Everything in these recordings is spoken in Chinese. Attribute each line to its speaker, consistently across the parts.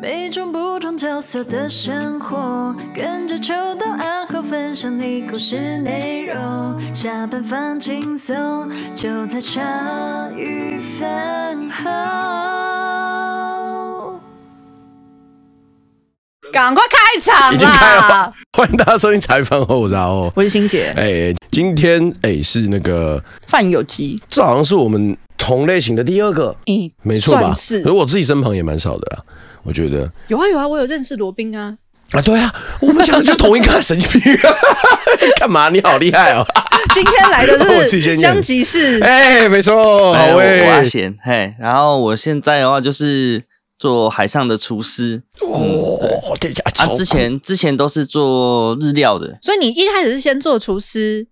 Speaker 1: 每种不同角色的生活，跟着秋到暗号分享你故事内容。下班放轻松，就在茶余饭后。
Speaker 2: 赶快开场啦！
Speaker 3: 已经开了，欢迎大家收听采访后，我是阿欧。
Speaker 2: 我是欣姐，
Speaker 3: 哎，今天哎是那个，
Speaker 2: 范有基，
Speaker 3: 这好像是我们同类型的第二个，
Speaker 2: 嗯，
Speaker 3: 没错吧？哎
Speaker 2: 算是
Speaker 3: 可我自己身旁也蛮少的啦，我觉得
Speaker 2: 有啊有啊，我有认识罗宾啊，
Speaker 3: 啊，对啊，我们讲的就同一个神经病， 干嘛？你好厉害哦！
Speaker 2: 今天来的
Speaker 3: 我自己先
Speaker 2: 是
Speaker 3: 念
Speaker 2: 香吉士，
Speaker 3: 哎，没错，
Speaker 4: 哎
Speaker 3: 好
Speaker 4: 我
Speaker 3: 喂
Speaker 4: 我，阿贤，嘿，然后我现在的话就是做海上的厨师
Speaker 3: 哦，对啊，
Speaker 4: 啊
Speaker 3: 超，酷
Speaker 4: 之前之前都是做日料的，
Speaker 2: 所以你一开始是先做厨师，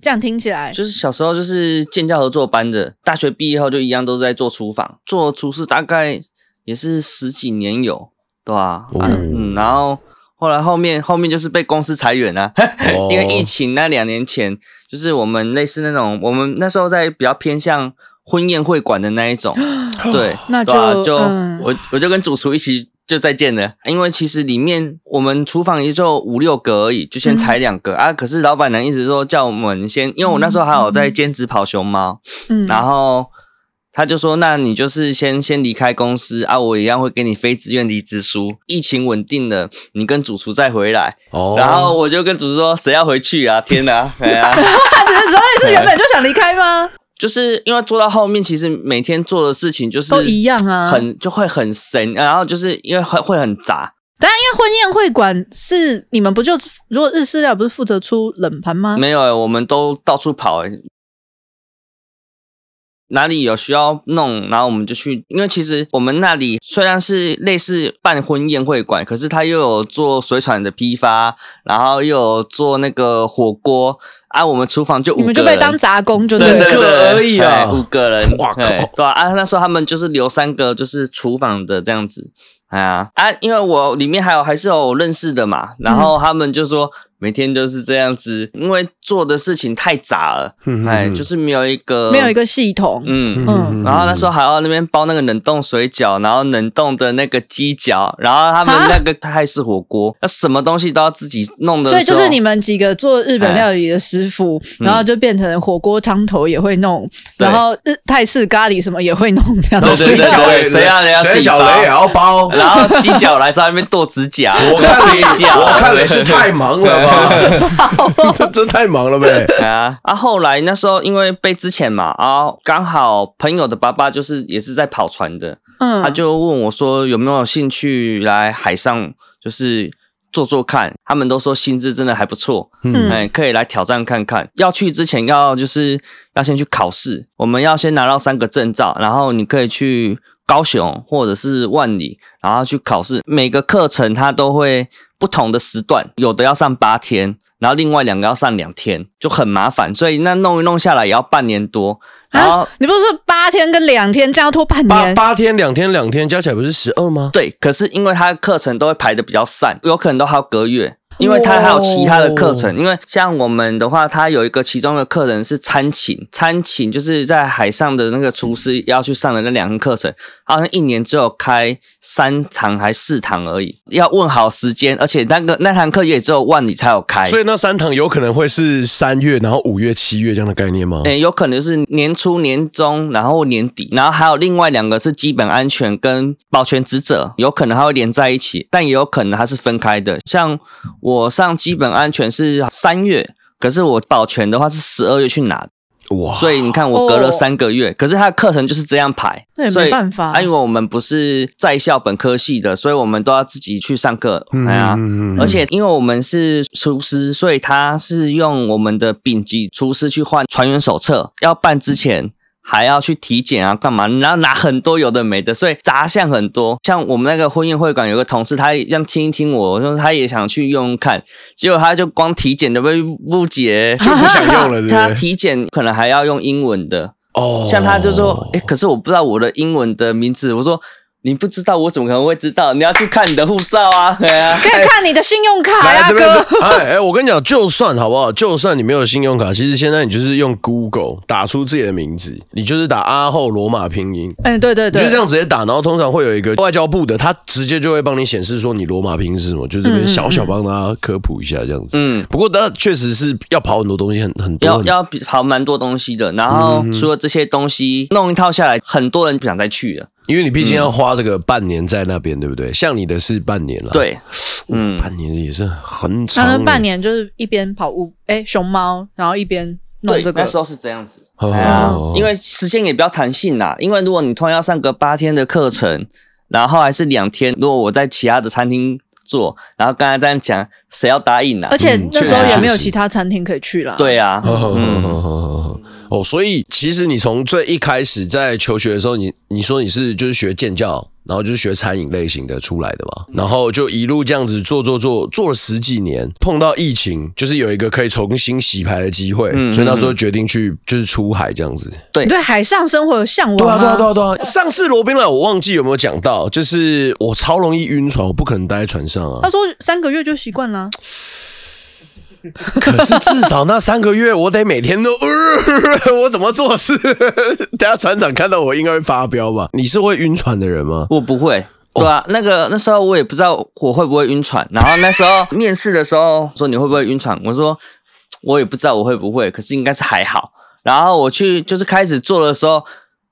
Speaker 2: 这样听起来
Speaker 4: 就是小时候就是建教合作班的，大学毕业后就一样都在做厨房，做厨师大概也是十几年有，对吧、
Speaker 3: 哦
Speaker 4: 啊？嗯，然后后来后面后面就是被公司裁员啊，
Speaker 3: 哦
Speaker 4: 因为疫情那两年前，就是我们类似那种，我们那时候在比较偏向婚宴会馆的那一种，对，
Speaker 2: 那
Speaker 4: 对啊
Speaker 2: 就
Speaker 4: 就
Speaker 2: 嗯
Speaker 4: 我我就跟主厨一起就再见了，因为其实里面我们厨房也就五六个而已，就
Speaker 2: 嗯
Speaker 4: 先裁两个、啊。可是老板娘一直说叫我们先，因为我那时候还有在兼职跑熊猫，
Speaker 2: 嗯，
Speaker 4: 然后他就说：“那你就是先先离开公司啊，我一样会给你非自愿离职书。疫情稳定了，你跟主厨再回来。”
Speaker 3: 哦
Speaker 4: 然后我就跟主厨说：“谁要回去啊？天哪、哎呀，
Speaker 2: 所以是原本就想离开吗？
Speaker 4: 就是因为做到后面，其实每天做的事情就是
Speaker 2: 都一样啊
Speaker 4: 很就会很神，然后就是因为会会很杂。
Speaker 2: 当然，因为婚宴会馆是你们不就如果日式料不是负责出冷盘吗？
Speaker 4: 没有、我们都到处跑、哎哪里有需要弄，然后我们就去。因为其实我们那里虽然是类似办婚宴会馆，可是它又有做水产的批发，然后又有做那个火锅啊。我们厨房就五
Speaker 2: 你
Speaker 4: 个
Speaker 2: 们就
Speaker 4: 人，
Speaker 2: 被当杂工就
Speaker 4: 对
Speaker 2: 了
Speaker 4: 对
Speaker 3: 五
Speaker 4: 对
Speaker 3: 个，而已啊
Speaker 4: 哎五个人，
Speaker 3: 哇靠
Speaker 4: 哎对啊啊，那时候他们就是留三个，就是厨房的这样子，哎呀啊，因为我里面还有还是有认识的嘛，然
Speaker 3: 嗯
Speaker 4: 后他们就说每天都是这样子，因为做的事情太杂了，
Speaker 3: 嗯
Speaker 4: 哎，
Speaker 3: 嗯
Speaker 4: 就是没有一个
Speaker 2: 没有一个系统，
Speaker 4: 嗯。
Speaker 2: 嗯
Speaker 4: 然后那时候还要那边包那个冷冻水饺，然后冷冻的那个鸡脚，然后他们
Speaker 2: 啊
Speaker 4: 那个泰式火锅，那什么东西都要自己弄的时
Speaker 2: 所
Speaker 4: 候，
Speaker 2: 以就是你们几个做日本料理的师傅，
Speaker 4: 嗯
Speaker 2: 然后就变成火锅汤头也会弄，
Speaker 4: 对
Speaker 2: 然后日泰式咖喱什么也会弄这样
Speaker 3: 然后
Speaker 2: 子。
Speaker 4: 对对
Speaker 3: 水
Speaker 4: 对
Speaker 3: 饺也
Speaker 4: 谁要人家自
Speaker 3: 水
Speaker 4: 己
Speaker 3: 饺人也要包，
Speaker 4: 然后鸡脚来上面剁指甲，
Speaker 3: 我看你
Speaker 4: 笑
Speaker 3: 我看你是太忙了吧，这真太忙了呗。
Speaker 4: 啊啊！后来那时候因为被之前嘛，啊，刚好朋友的爸爸就是也是在跑船的，
Speaker 2: 嗯
Speaker 4: 他就问我说有没有兴趣来海上，就是做做看。他们都说薪资真的还不错，
Speaker 2: 嗯
Speaker 4: 哎，可以来挑战看看。要去之前要就是要先去考试，我们要先拿到三个证照，然后你可以去高雄或者是万里，然后去考试。每个课程它都会不同的时段，有的要上八天，然后另外两个要上两天，就很麻烦。所以那弄一弄下来也要半年多，然后、
Speaker 2: 啊，你不是说八天跟两天这样拖半
Speaker 3: 八
Speaker 2: 年？
Speaker 3: 八天两天两天加起来不是十二吗？
Speaker 4: 哦对，可是因为他的课程都会排的比较散，有可能都还要隔月，因为他还有其他的课程。因为像我们的话，他有一个其中的课程是餐请，餐请就是在海上的那个厨师要去上的那两堂课程，好像一年只有开三堂还四堂而已，要问好时间，而且那个那堂课也只有万里才有开。
Speaker 3: 所以那三堂有可能会是三月，然后五月、七月这样的概念吗？
Speaker 2: 嗯
Speaker 4: 诶、有可能是年初、年中，然后年底，然后还有另外两个是基本安全跟保全职责，有可能它会连在一起，但也有可能它是分开的。像我上基本安全是三月，可是我保全的话是十二月去拿，
Speaker 3: 哇，
Speaker 4: 所以你看我隔
Speaker 2: 哦
Speaker 4: 了三个月，可是它的课程就是这样排，
Speaker 2: 那也
Speaker 4: 所以
Speaker 2: 没办法
Speaker 4: 啊，因为我们不是在校本科系的，所以我们都要自己去上课，哎呀。
Speaker 3: 嗯
Speaker 4: 而且，因为我们是厨师，所以他是用我们的丙级厨师去换船员手册，要办之前还要去体检啊，干嘛？然后拿很多有的没的，所以杂项很多。像我们那个婚宴会馆有个同事，他也让听一听我，说他也想去用用看，结果他就光体检都被误解，
Speaker 3: 就不想用了，对不
Speaker 4: 他
Speaker 3: 对？
Speaker 4: 体检可能还要用英文的，
Speaker 3: 哦
Speaker 4: 像他就说，哎、可是我不知道我的英文的名字，我说。你不知道，我怎么可能会知道？你要去看你的护照啊！哎呀、
Speaker 2: 可以看你的信用卡
Speaker 3: 来
Speaker 2: 呀，
Speaker 3: 这边
Speaker 2: 哥。
Speaker 3: 这，哎哎，我跟你讲，就算好不好？就算你没有信用卡，其实现在你就是用 Google 打出自己的名字，你就是打阿后罗马拼音，
Speaker 2: 嗯，对对
Speaker 3: 你就
Speaker 2: 对，
Speaker 3: 这样直接打，然后通常会有一个外交部的，他直接就会帮你显示说你罗马拼音是什么，就这边小小帮他科普一下这样子。
Speaker 4: 嗯，
Speaker 3: 不过他确实是要跑很多东西，很很多。
Speaker 4: 要
Speaker 3: 很
Speaker 4: 要比跑蛮多东西的。然
Speaker 2: 嗯
Speaker 4: 后除了这些东西，弄一套下来，很多人不想再去了。
Speaker 3: 因为你
Speaker 4: 嗯
Speaker 3: 毕竟要花这个半年在那边，对不对？像你的是半年了，，
Speaker 2: 啊
Speaker 4: 对，嗯，
Speaker 3: 半年也是很长
Speaker 2: 他
Speaker 3: 欸。
Speaker 2: 们半年就是一边跑乌哎熊猫，然后一边弄
Speaker 4: 对
Speaker 2: 这，
Speaker 4: 那
Speaker 2: 个。
Speaker 4: 时候是这样子。
Speaker 2: 啊
Speaker 3: 哦，
Speaker 4: 哎呀
Speaker 3: 哦
Speaker 4: 因为时间也比较弹性啦。因为如果你突然要上个八天的课程，然后还是两天，如果我在其他的餐厅做，然后刚才这样讲，谁要答应啊
Speaker 2: 而？且
Speaker 3: 嗯
Speaker 2: 那时
Speaker 4: 确
Speaker 2: 候
Speaker 4: 实
Speaker 2: 也没有
Speaker 3: 确实
Speaker 2: 其他餐厅可以去啦。
Speaker 4: 对啊，
Speaker 3: 哦
Speaker 4: 嗯，
Speaker 3: 哦哦哦，所以其实你从最一开始在求学的时候，你你说你是就是学建教，然后就是学餐饮类型的出来的嘛，然后就一路这样子做做做做了十几年，碰到疫情，就是有一个可以重新洗牌的机会，
Speaker 4: 嗯
Speaker 3: 所以那时候决定去就是出海这样子。
Speaker 2: 你对海上生活有向
Speaker 3: 对啊
Speaker 2: 往
Speaker 3: 对啊
Speaker 2: 吗？
Speaker 3: 对啊对啊！上次罗宾来，我忘记有没有讲到，就是我超容易晕船，我不可能待在船上啊
Speaker 4: 哦
Speaker 2: 他。说三个月就习惯 了，
Speaker 3: 可是至少那三个月，我得每天都， 呃、我怎么做事？ 等下船长看到我应该会发飙吧？你是会晕船的人吗？
Speaker 4: 我不会。对啊，那个那时候我也不知道我会不会晕船，然后那时候面试的时候说你会不会晕船，我说我也不知道我会不会，可是应该是还好。然后我去就是开始做的时候，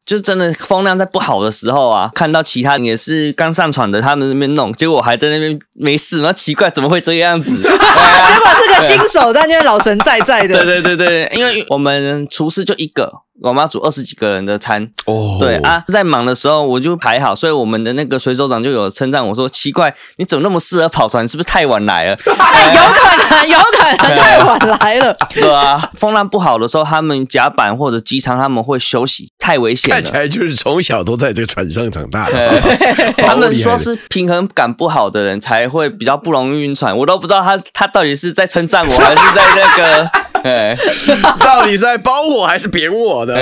Speaker 4: 就真的风量在不好的时候啊，看到其他也是刚上船的他们那边弄，结果我还在那边没事，那奇怪怎么会这个样子？
Speaker 2: 结果是个新手，但就是老神在在的。
Speaker 4: 对对对对，因为我们厨师就一个，我们要煮二十几个人的餐，
Speaker 3: 哦，
Speaker 4: 对，啊，在忙的时候我就还好，所以我们的那个水手长就有称赞我说：“奇怪，你怎么那么适合跑船？你是不是太晚来 了？”
Speaker 2: 有可能，有可能太晚来了。
Speaker 4: 对啊，风浪不好的时候，他们甲板或者机舱他们会休息，太危险
Speaker 3: 看起
Speaker 4: 了。
Speaker 3: 来就是从小都在这个船上长大 的。
Speaker 4: 对他们
Speaker 3: 厉害
Speaker 4: 说
Speaker 3: 的
Speaker 4: 是平衡感不好的人才会比较不容易晕船，我都不知道他他到底是在称赞我还是在 那个，哎，
Speaker 3: 到底是在包我还是扁我呢？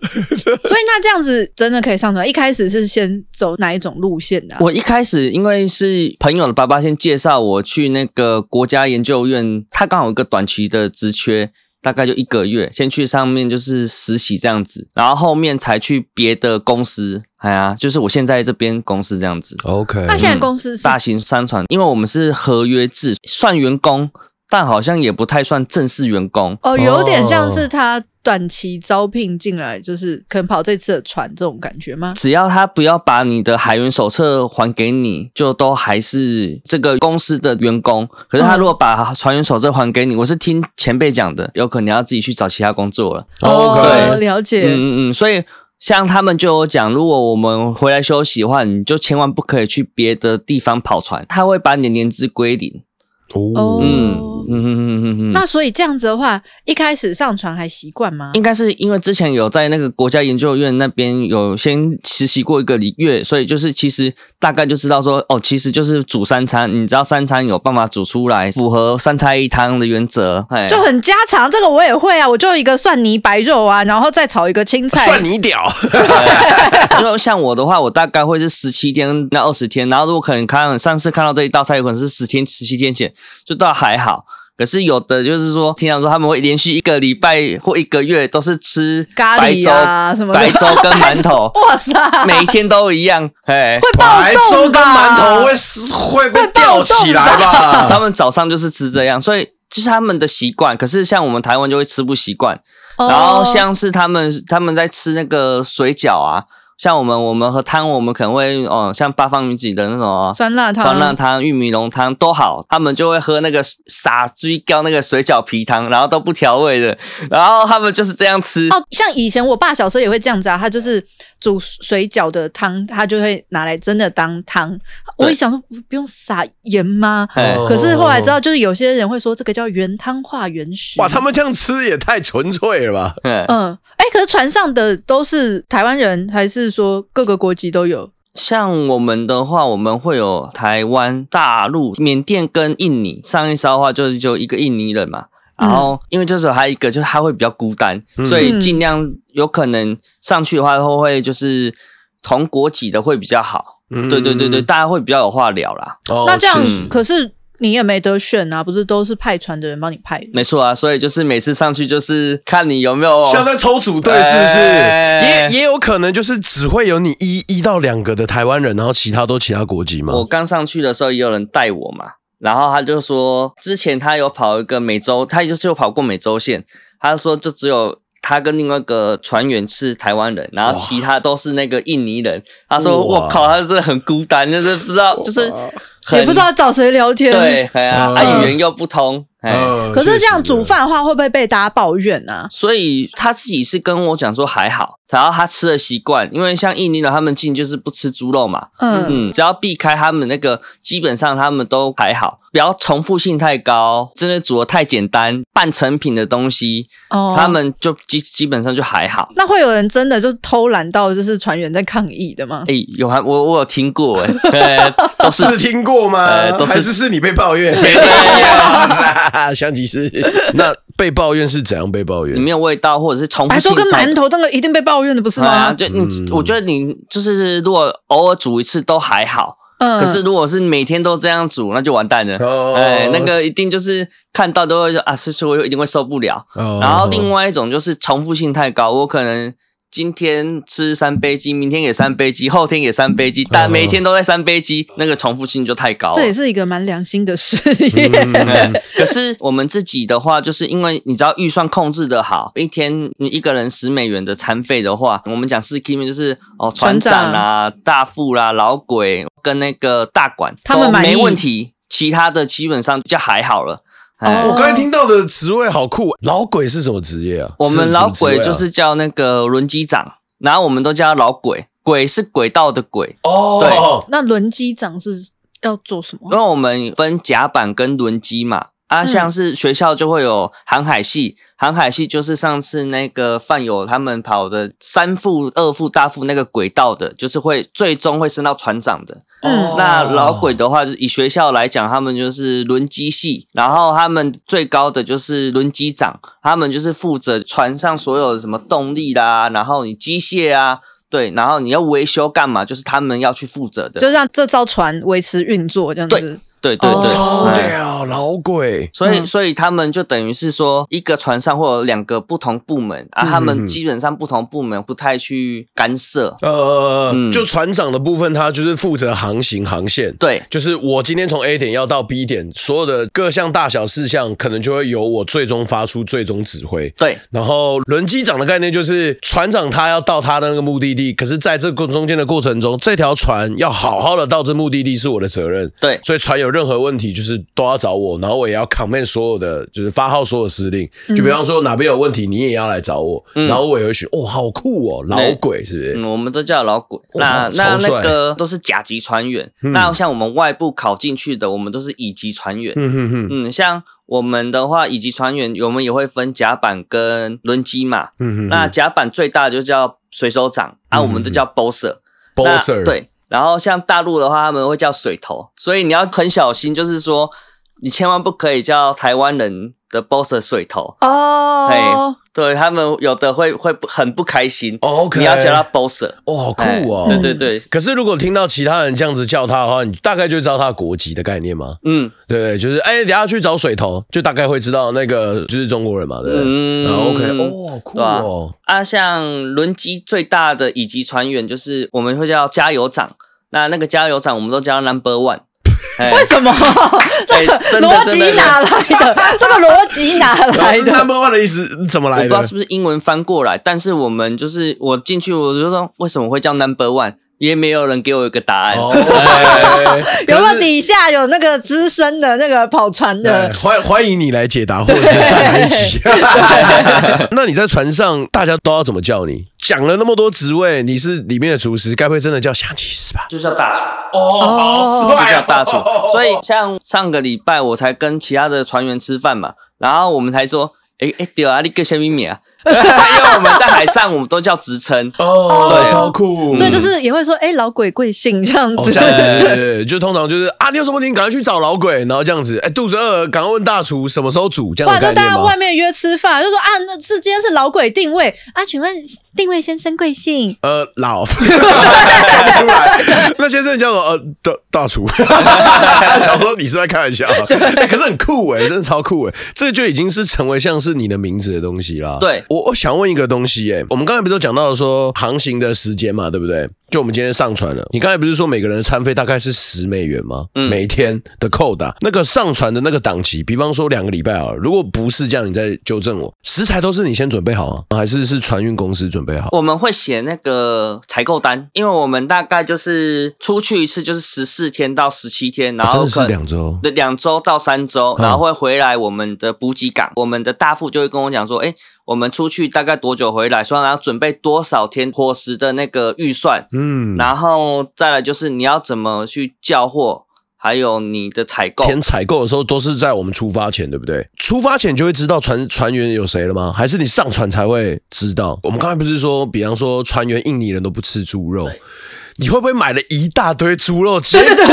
Speaker 2: 所以那这样子真的可以上船。一开始是先走哪一种路线的、啊？
Speaker 4: 我一开始因为是朋友的爸爸先介绍我去那个国家研究院，他刚好有一个短期的职缺，大概就一个月，先去上面就是实习这样子，然后后面才去别的公司，哎呀，就是我现在这边公司这样子，
Speaker 3: OK，
Speaker 2: 那现在公司是
Speaker 4: 嗯大型商船，因为我们是合约制，算员工，但好像也不太算正式员工。
Speaker 2: 哦，有点像是他短期招聘进来，就是可能跑这次的船这种感觉吗？
Speaker 4: 只要他不要把你的海员手册还给你，就都还是这个公司的员工。可是他如果把船员手册还给你，我是听前辈讲的，有可能要自己去找其他工作了。
Speaker 2: 哦，
Speaker 3: OK，
Speaker 2: 了解。
Speaker 4: 嗯嗯嗯，所以。像他们就有讲，如果我们回来休息的话，你就千万不可以去别的地方跑船，他会把你的年资归零。
Speaker 2: 哦
Speaker 4: 嗯嗯嗯嗯嗯嗯。
Speaker 2: 那所以这样子的话，一开始上船还习惯吗？
Speaker 4: 应该是因为之前有在那个国家研究院那边有先实习过一个月，所以就是其实大概就知道说，哦，其实就是煮三餐，你知道三餐有办法煮出来，符合三菜一汤的原则，哎，
Speaker 2: 就很家常，这个我也会啊，我就一个蒜泥白肉啊，然后再炒一个青菜，
Speaker 3: 算你屌，
Speaker 4: 对因为像我的话，我大概会是十七天到二十天，然后如果可能看上次看到这一道菜，有可能是十天、十七天前，就倒还好。可是有的就是说，听到说他们会连续一个礼拜或一个月都是吃
Speaker 2: 咖喱啊
Speaker 4: 白粥
Speaker 2: 什么的，
Speaker 4: 白粥跟馒头
Speaker 2: 哇塞，
Speaker 4: 每天都一样，哎，
Speaker 2: 会爆
Speaker 3: 白粥
Speaker 2: 动
Speaker 3: 跟
Speaker 2: 吧
Speaker 3: 馒头会死会被吊起来
Speaker 4: 他
Speaker 2: 嗯
Speaker 3: 吧？
Speaker 4: 们早上就是吃这样，所以这是他们的习惯。可是像我们台湾就会吃不习惯，
Speaker 2: 哦
Speaker 4: 然后像是他们他们在吃那个水饺啊，像我们我们喝汤，我们可能会哦，像八方云集的那种啊。
Speaker 2: 哦酸辣汤，
Speaker 4: 酸辣汤、玉米浓汤都好，他们就会喝那个傻追掉那个水饺皮汤，然后都不调味的，然后他们就是这样吃。
Speaker 2: 哦，像以前我爸小时候也会这样子啊，他就是煮水饺的汤，他就会拿来真的当汤。我
Speaker 4: 对
Speaker 2: 一想说不不用撒盐吗？
Speaker 4: 哎
Speaker 3: 哦
Speaker 2: 可是后来知道，就是有些人会说这个叫原汤化原食。
Speaker 3: 哇，他们这样吃也太纯粹了吧？
Speaker 4: 嗯，
Speaker 2: 嗯，哎、可是船上的都是台湾人，还是说各个国籍都有？
Speaker 4: 像我们的话，我们会有台湾、大陆、缅甸跟印尼。上一艘的话，就是就一个印尼人嘛。然后，因为就是还有一个，就是他会比较孤单，
Speaker 3: 嗯
Speaker 4: 所以尽量有可能上去的话，会会就是同国籍的会比较好。
Speaker 3: 嗯
Speaker 4: 对对对对，，大家会比较有话聊啦。
Speaker 3: 哦
Speaker 2: 那这样
Speaker 3: 是
Speaker 4: 是
Speaker 2: 可是你也没得选啊，不是都是派船的人帮你派的？
Speaker 4: 没错啊，所以就是每次上去就是看你有没有
Speaker 3: 像在抽组队是不是？
Speaker 4: 哦哎
Speaker 3: 也也有可能就是只会有你一一到两个的台湾人，然后其他都其他国籍嘛。
Speaker 4: 我刚上去的时候也有人带我嘛，然后他就说，之前他有跑一个美洲，他就是有跑过美洲线，他说就只有。他跟另外一个船员是台湾人，然后
Speaker 3: 哇
Speaker 4: 其他都是那个印尼人。他说：“
Speaker 3: 哇
Speaker 4: 我靠，他真的很孤单，就是不知道，就是很
Speaker 2: 也不知道找谁聊天。
Speaker 4: 对，哎呀，
Speaker 3: 嗯
Speaker 4: 啊语言又不通，哎，
Speaker 3: 呃
Speaker 2: 可是这样煮，
Speaker 3: 确实
Speaker 2: 饭的话，会不会被大家抱怨啊？
Speaker 4: 所以他自己是跟我讲说还好，然后他吃的习惯，因为像印尼人他们进就是不吃猪肉嘛，
Speaker 2: 嗯，
Speaker 4: 嗯，只要避开他们那个，基本上他们都还好，不要重复性太高，真的煮的太简单，半成品的东西，
Speaker 2: 哦
Speaker 4: 他们就基基本上就还好。
Speaker 2: 那会有人真的就是偷懒到就是船员在抗议的吗？
Speaker 4: 哎、有还我我有听过哎、 欸，都是
Speaker 3: 是听过吗
Speaker 4: 呃？都是
Speaker 3: 还是是你被抱怨？ 想起是，那被抱怨是怎样被抱
Speaker 4: 你
Speaker 3: 怨？
Speaker 4: 没有味道或者是重复
Speaker 2: 白
Speaker 4: 性
Speaker 2: 粥跟
Speaker 4: 太
Speaker 2: 馒头那个一定被抱怨的，不是
Speaker 4: 对啊，
Speaker 2: 吗？
Speaker 4: 就你，我觉得你就是如果偶尔煮一次都还好，
Speaker 2: 嗯，
Speaker 4: 可是哦如果是每天都这样煮，那就完蛋了。
Speaker 3: 哦
Speaker 4: 哎，那个一定就是看到都会说啊，是是，我一定会受不了。
Speaker 3: 哦
Speaker 4: 然后另外一种就是重复性太高，我可能今天吃三杯鸡，明天也三杯鸡，后天也三杯鸡，但每天都在三杯鸡，那个重复性就太高
Speaker 2: 这也
Speaker 4: 了。
Speaker 2: 是一个蛮良心的事业。
Speaker 4: 嗯可是我们自己的话，就是因为你知道预算控制的好，一天你一个人十美元的餐费的话，我们讲四 K 就是哦
Speaker 2: 船
Speaker 4: 船
Speaker 2: 长
Speaker 4: 长啦、大副啦、老鬼跟那个大管，
Speaker 2: 他们
Speaker 4: 都
Speaker 2: 满意
Speaker 4: 没问题，其他的基本上就还好了。哎
Speaker 2: 哦
Speaker 3: 我刚才听到的职位好酷，老鬼是什么职业啊？
Speaker 4: 我们老
Speaker 3: 什么职
Speaker 4: 鬼
Speaker 3: 位啊
Speaker 4: 就是叫那个轮机长，然后我们都叫他老鬼。鬼是轨道的鬼，
Speaker 3: 哦，
Speaker 2: 那轮机长是要做什
Speaker 4: 因
Speaker 2: 么？
Speaker 4: 为我们分甲板跟轮机嘛。啊，
Speaker 2: 哦嗯
Speaker 4: 像是学校就会有航海系，航海系就是上次那个范友他们跑的三副、二副、大副那个轨道的，就是会最终会升到船长的。
Speaker 3: 哦
Speaker 2: 嗯
Speaker 4: 那老鬼的话，就是以学校来讲，他们就是轮机系，然后他们最高的就是轮机长，他们就是负责船上所有的什么动力啦，然后你机械啊，对，然后你要维修干嘛，就是他们要去负责的。
Speaker 2: 就让这艘船维持运作这样子。
Speaker 4: 对对对，
Speaker 3: 超
Speaker 2: 哦
Speaker 4: 哎
Speaker 3: 屌，老鬼，
Speaker 4: 所以，
Speaker 2: 嗯
Speaker 4: 所以他们就等于是说，一个船上会有两个不同部门啊，
Speaker 3: 嗯
Speaker 4: 他们基本上不同部门不太去干涉。
Speaker 3: 呃，
Speaker 4: 嗯
Speaker 3: 就船长的部分，他就是负责航行航线。
Speaker 4: 对，
Speaker 3: 就是我今天从 A 点要到 B 点，所有的各项大小事项，可能就会由我最终发出最终指挥。
Speaker 4: 对，
Speaker 3: 然后轮机长的概念就是船长他要到他的那个目的地，可是在这个中间的过程中，这条船要好好的到这目的地是我的责任。
Speaker 4: 对
Speaker 3: 所以船有任何问题就是都要找我，然后我也要 command 所有的就是发号所有司令，就比方说哪边有问题你也要来找我，
Speaker 4: 嗯
Speaker 3: 然后我也会选，哦，好酷哦，老鬼是不是？
Speaker 4: 嗯，我们都叫老鬼。
Speaker 3: 哇
Speaker 4: 那那
Speaker 3: 超帅
Speaker 4: 那个都是甲级船员，
Speaker 3: 嗯
Speaker 4: 那像我们外部考进去的，我们都是乙级船员。
Speaker 3: 嗯哼哼，
Speaker 4: 嗯，像我们的话，乙级船员，我们也会分甲板跟轮机嘛。
Speaker 3: 嗯哼，
Speaker 4: 那甲板最大的就叫水手长，啊，我们都叫 boser。那
Speaker 3: boser
Speaker 4: 对，然后像大陆的话，他们会叫水头，所以你要很小心，就是说你千万不可以叫台湾人的 boss 水头，哎、
Speaker 2: 哦，
Speaker 4: 对他们有的会会不很不开心，
Speaker 3: 哦，OK，
Speaker 4: 你要叫他 boss，
Speaker 3: 哇，好酷
Speaker 4: 哎
Speaker 3: 哦，
Speaker 4: 对对对，
Speaker 3: 可是如果听到其他人这样子叫他的话，你大概就知道他的国籍的概念吗？
Speaker 4: 嗯
Speaker 3: 对对，就是哎，等一下去找水头，就大概会知道那个就是中国人嘛，对不对？
Speaker 4: 嗯
Speaker 3: 然后 OK，哦，好酷
Speaker 4: 对啊
Speaker 3: 哦，
Speaker 4: 啊，像轮机最大的乙级船员就是我们会叫加油长，那那个加油长我们都叫 number one，哎
Speaker 2: 为什么？
Speaker 4: 哎 真的
Speaker 2: 逻
Speaker 4: 真
Speaker 2: 辑
Speaker 4: 的真的
Speaker 2: 哪来 的？这个逻辑哪来的？
Speaker 3: Number One 的意思怎么
Speaker 4: 啊
Speaker 3: 来
Speaker 4: 我不知道
Speaker 3: 的
Speaker 4: 是？不是英文翻过来，但是我们就是我进去我就说为什么会叫 number one，也没有人给我一个答案。
Speaker 3: 哦， 哎
Speaker 2: 有没
Speaker 3: 可
Speaker 2: 有
Speaker 3: 是
Speaker 2: 底下有那个资深的那个跑船
Speaker 3: 哎
Speaker 2: 的？
Speaker 3: 欢欢迎你来解答，或者是再来一 集。 那你在船上，大家都要怎么叫你？讲了那么多职位，你是里面的厨师，该不会真的叫香吉士吧？
Speaker 4: 就叫大厨，
Speaker 3: 哦，
Speaker 2: 好
Speaker 4: 就叫大厨。所以像上个礼拜我才跟其他的船员吃饭嘛，然后我们才说，哎哎，诶对啊，你叫什么名啊？ 因为我们在海上，我们都叫职称。
Speaker 3: 哦，
Speaker 4: 对
Speaker 3: 超酷，
Speaker 2: 所以就是也会说，哎、老鬼贵姓这样
Speaker 3: 哦，
Speaker 2: 子。
Speaker 3: 这样子对对对，对就通常就是啊，你有什么问题，赶快去找老鬼，然后这样子，哎，肚子饿了，赶快问大厨什么时候煮，这
Speaker 2: 不
Speaker 3: 样
Speaker 2: 然就
Speaker 3: 的概
Speaker 2: 大
Speaker 3: 念
Speaker 2: 家
Speaker 3: 吗
Speaker 2: 外？面约吃饭，就说啊，那是今天是老鬼定位啊，请问定位先生贵姓？
Speaker 3: 呃，老 想不出来，那先生你叫什么？呃，大大厨。 想说你是在开玩笑， 哎可是很酷哎，真的超酷哎，这就已经是成为像是你的名字的东西啦。
Speaker 4: 对
Speaker 3: 我我想问一个东西哎，我们刚才不是都讲到说航行的时间嘛，对不对？就我们今天上船了，你刚才不是说每个人的餐费大概是十美元吗？
Speaker 4: 嗯
Speaker 3: 每天的扣打，那个上船的那个档期，比方说两个礼拜好了，如果不是这样，你再纠正我。食材都是你先准备好啊，还是是船运公司准备好？
Speaker 4: 我们会写那个采购单，因为我们大概就是出去一次就是十四天到十七天，然
Speaker 3: 啊真
Speaker 4: 后
Speaker 3: 的
Speaker 4: 可
Speaker 3: 是
Speaker 4: 能
Speaker 3: 两周。
Speaker 4: 对两周到三周，
Speaker 3: 嗯
Speaker 4: 然后会回来我们的补给港，我们的大副就会跟我讲说，哎，我们出去大概多久回来，说然后准备多少天伙食的那个预算，
Speaker 3: 嗯，
Speaker 4: 然后再来就是你要怎么去叫货，还有你的采购。
Speaker 3: 填采购的时候都是在我们出发前，对不对？出发前就会知道船船员有谁了吗？还是你上船才会知道？我们刚才不是说，比方说船员印尼人都不吃猪肉，你会不会买了一大堆猪肉，结果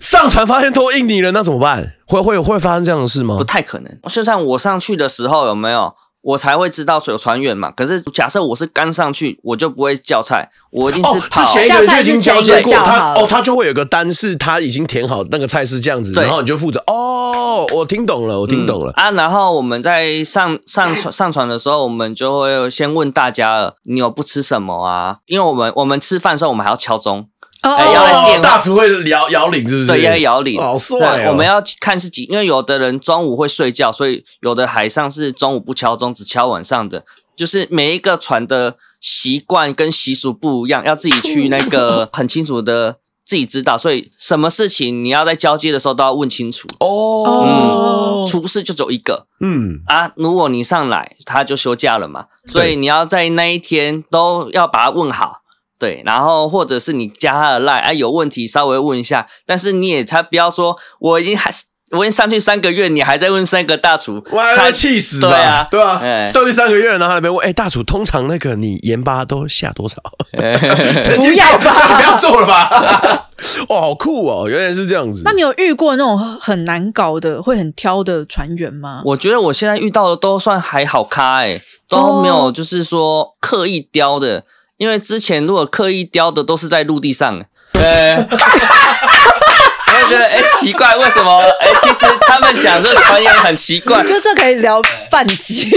Speaker 3: 上船发现都印尼人，那怎么办？会会会发生这样的事吗
Speaker 4: 不？太可能。就像我上去的时候，有没有我才会知道有船员嘛？可是假设我是刚上去，我就不会叫菜，我一定
Speaker 3: 哦
Speaker 4: 是，跑。嗯
Speaker 3: 之前一个人就已经交
Speaker 2: 叫菜之前一
Speaker 3: 接过
Speaker 2: 个叫
Speaker 3: 他
Speaker 2: 好了
Speaker 3: 哦，他就会有个单，是他已经填好那个菜是这样子，
Speaker 4: 对
Speaker 3: 然后你就负责哦，我听懂了，我听懂了
Speaker 4: 嗯。啊，然后我们在上上船上船的时候，我们就会先问大家了，你有不吃什么啊？因为我们我们吃饭的时候，我们还要敲钟，
Speaker 2: 哦
Speaker 4: 哎要来电话
Speaker 3: 大厨会摇摇铃是不是？
Speaker 4: 对，要摇铃，
Speaker 3: 好帅
Speaker 4: 对
Speaker 3: 哦
Speaker 4: 我们要看是几，因为有的人中午会睡觉，所以有的海上是中午不敲钟，只敲晚上的。就是每一个船的习惯跟习俗不一样，要自己去那个很清楚的自己知道。所以什么事情你要在交接的时候都要问清楚。
Speaker 3: 哦，
Speaker 4: 厨师就只有一个
Speaker 3: 嗯，
Speaker 4: 啊，如果你上来他就休假了嘛，所
Speaker 3: 对
Speaker 4: 以你要在那一天都要把他问好。对，然后或者是你加他的赖，哎、有问题稍微问一下，但是你也他不要说我已经还我已经上去三个月，你还在问三个大厨，
Speaker 3: 哇，
Speaker 4: 他
Speaker 3: 那气死吧，
Speaker 4: 对啊，
Speaker 3: 对啊，
Speaker 4: 哎
Speaker 3: 上去三个月，然后他那边问，哎，大厨，通常那个你盐巴都下多少？
Speaker 4: 哎
Speaker 3: 不
Speaker 2: 要
Speaker 3: 吧， 不要做了吧， 哇，好酷哦，原来是这样子
Speaker 2: 那，你有遇过那种很难搞的、会很挑的船员吗？
Speaker 4: 我觉得我现在遇到的都算还好咖哎、都没有
Speaker 2: 哦
Speaker 4: 就是说刻意雕的，因为之前如果刻意雕的都是在陆地上，呃、 我就觉得哎、奇怪，为什么？哎、其实他们讲这传言很奇怪
Speaker 2: 我，觉得这可以聊半集，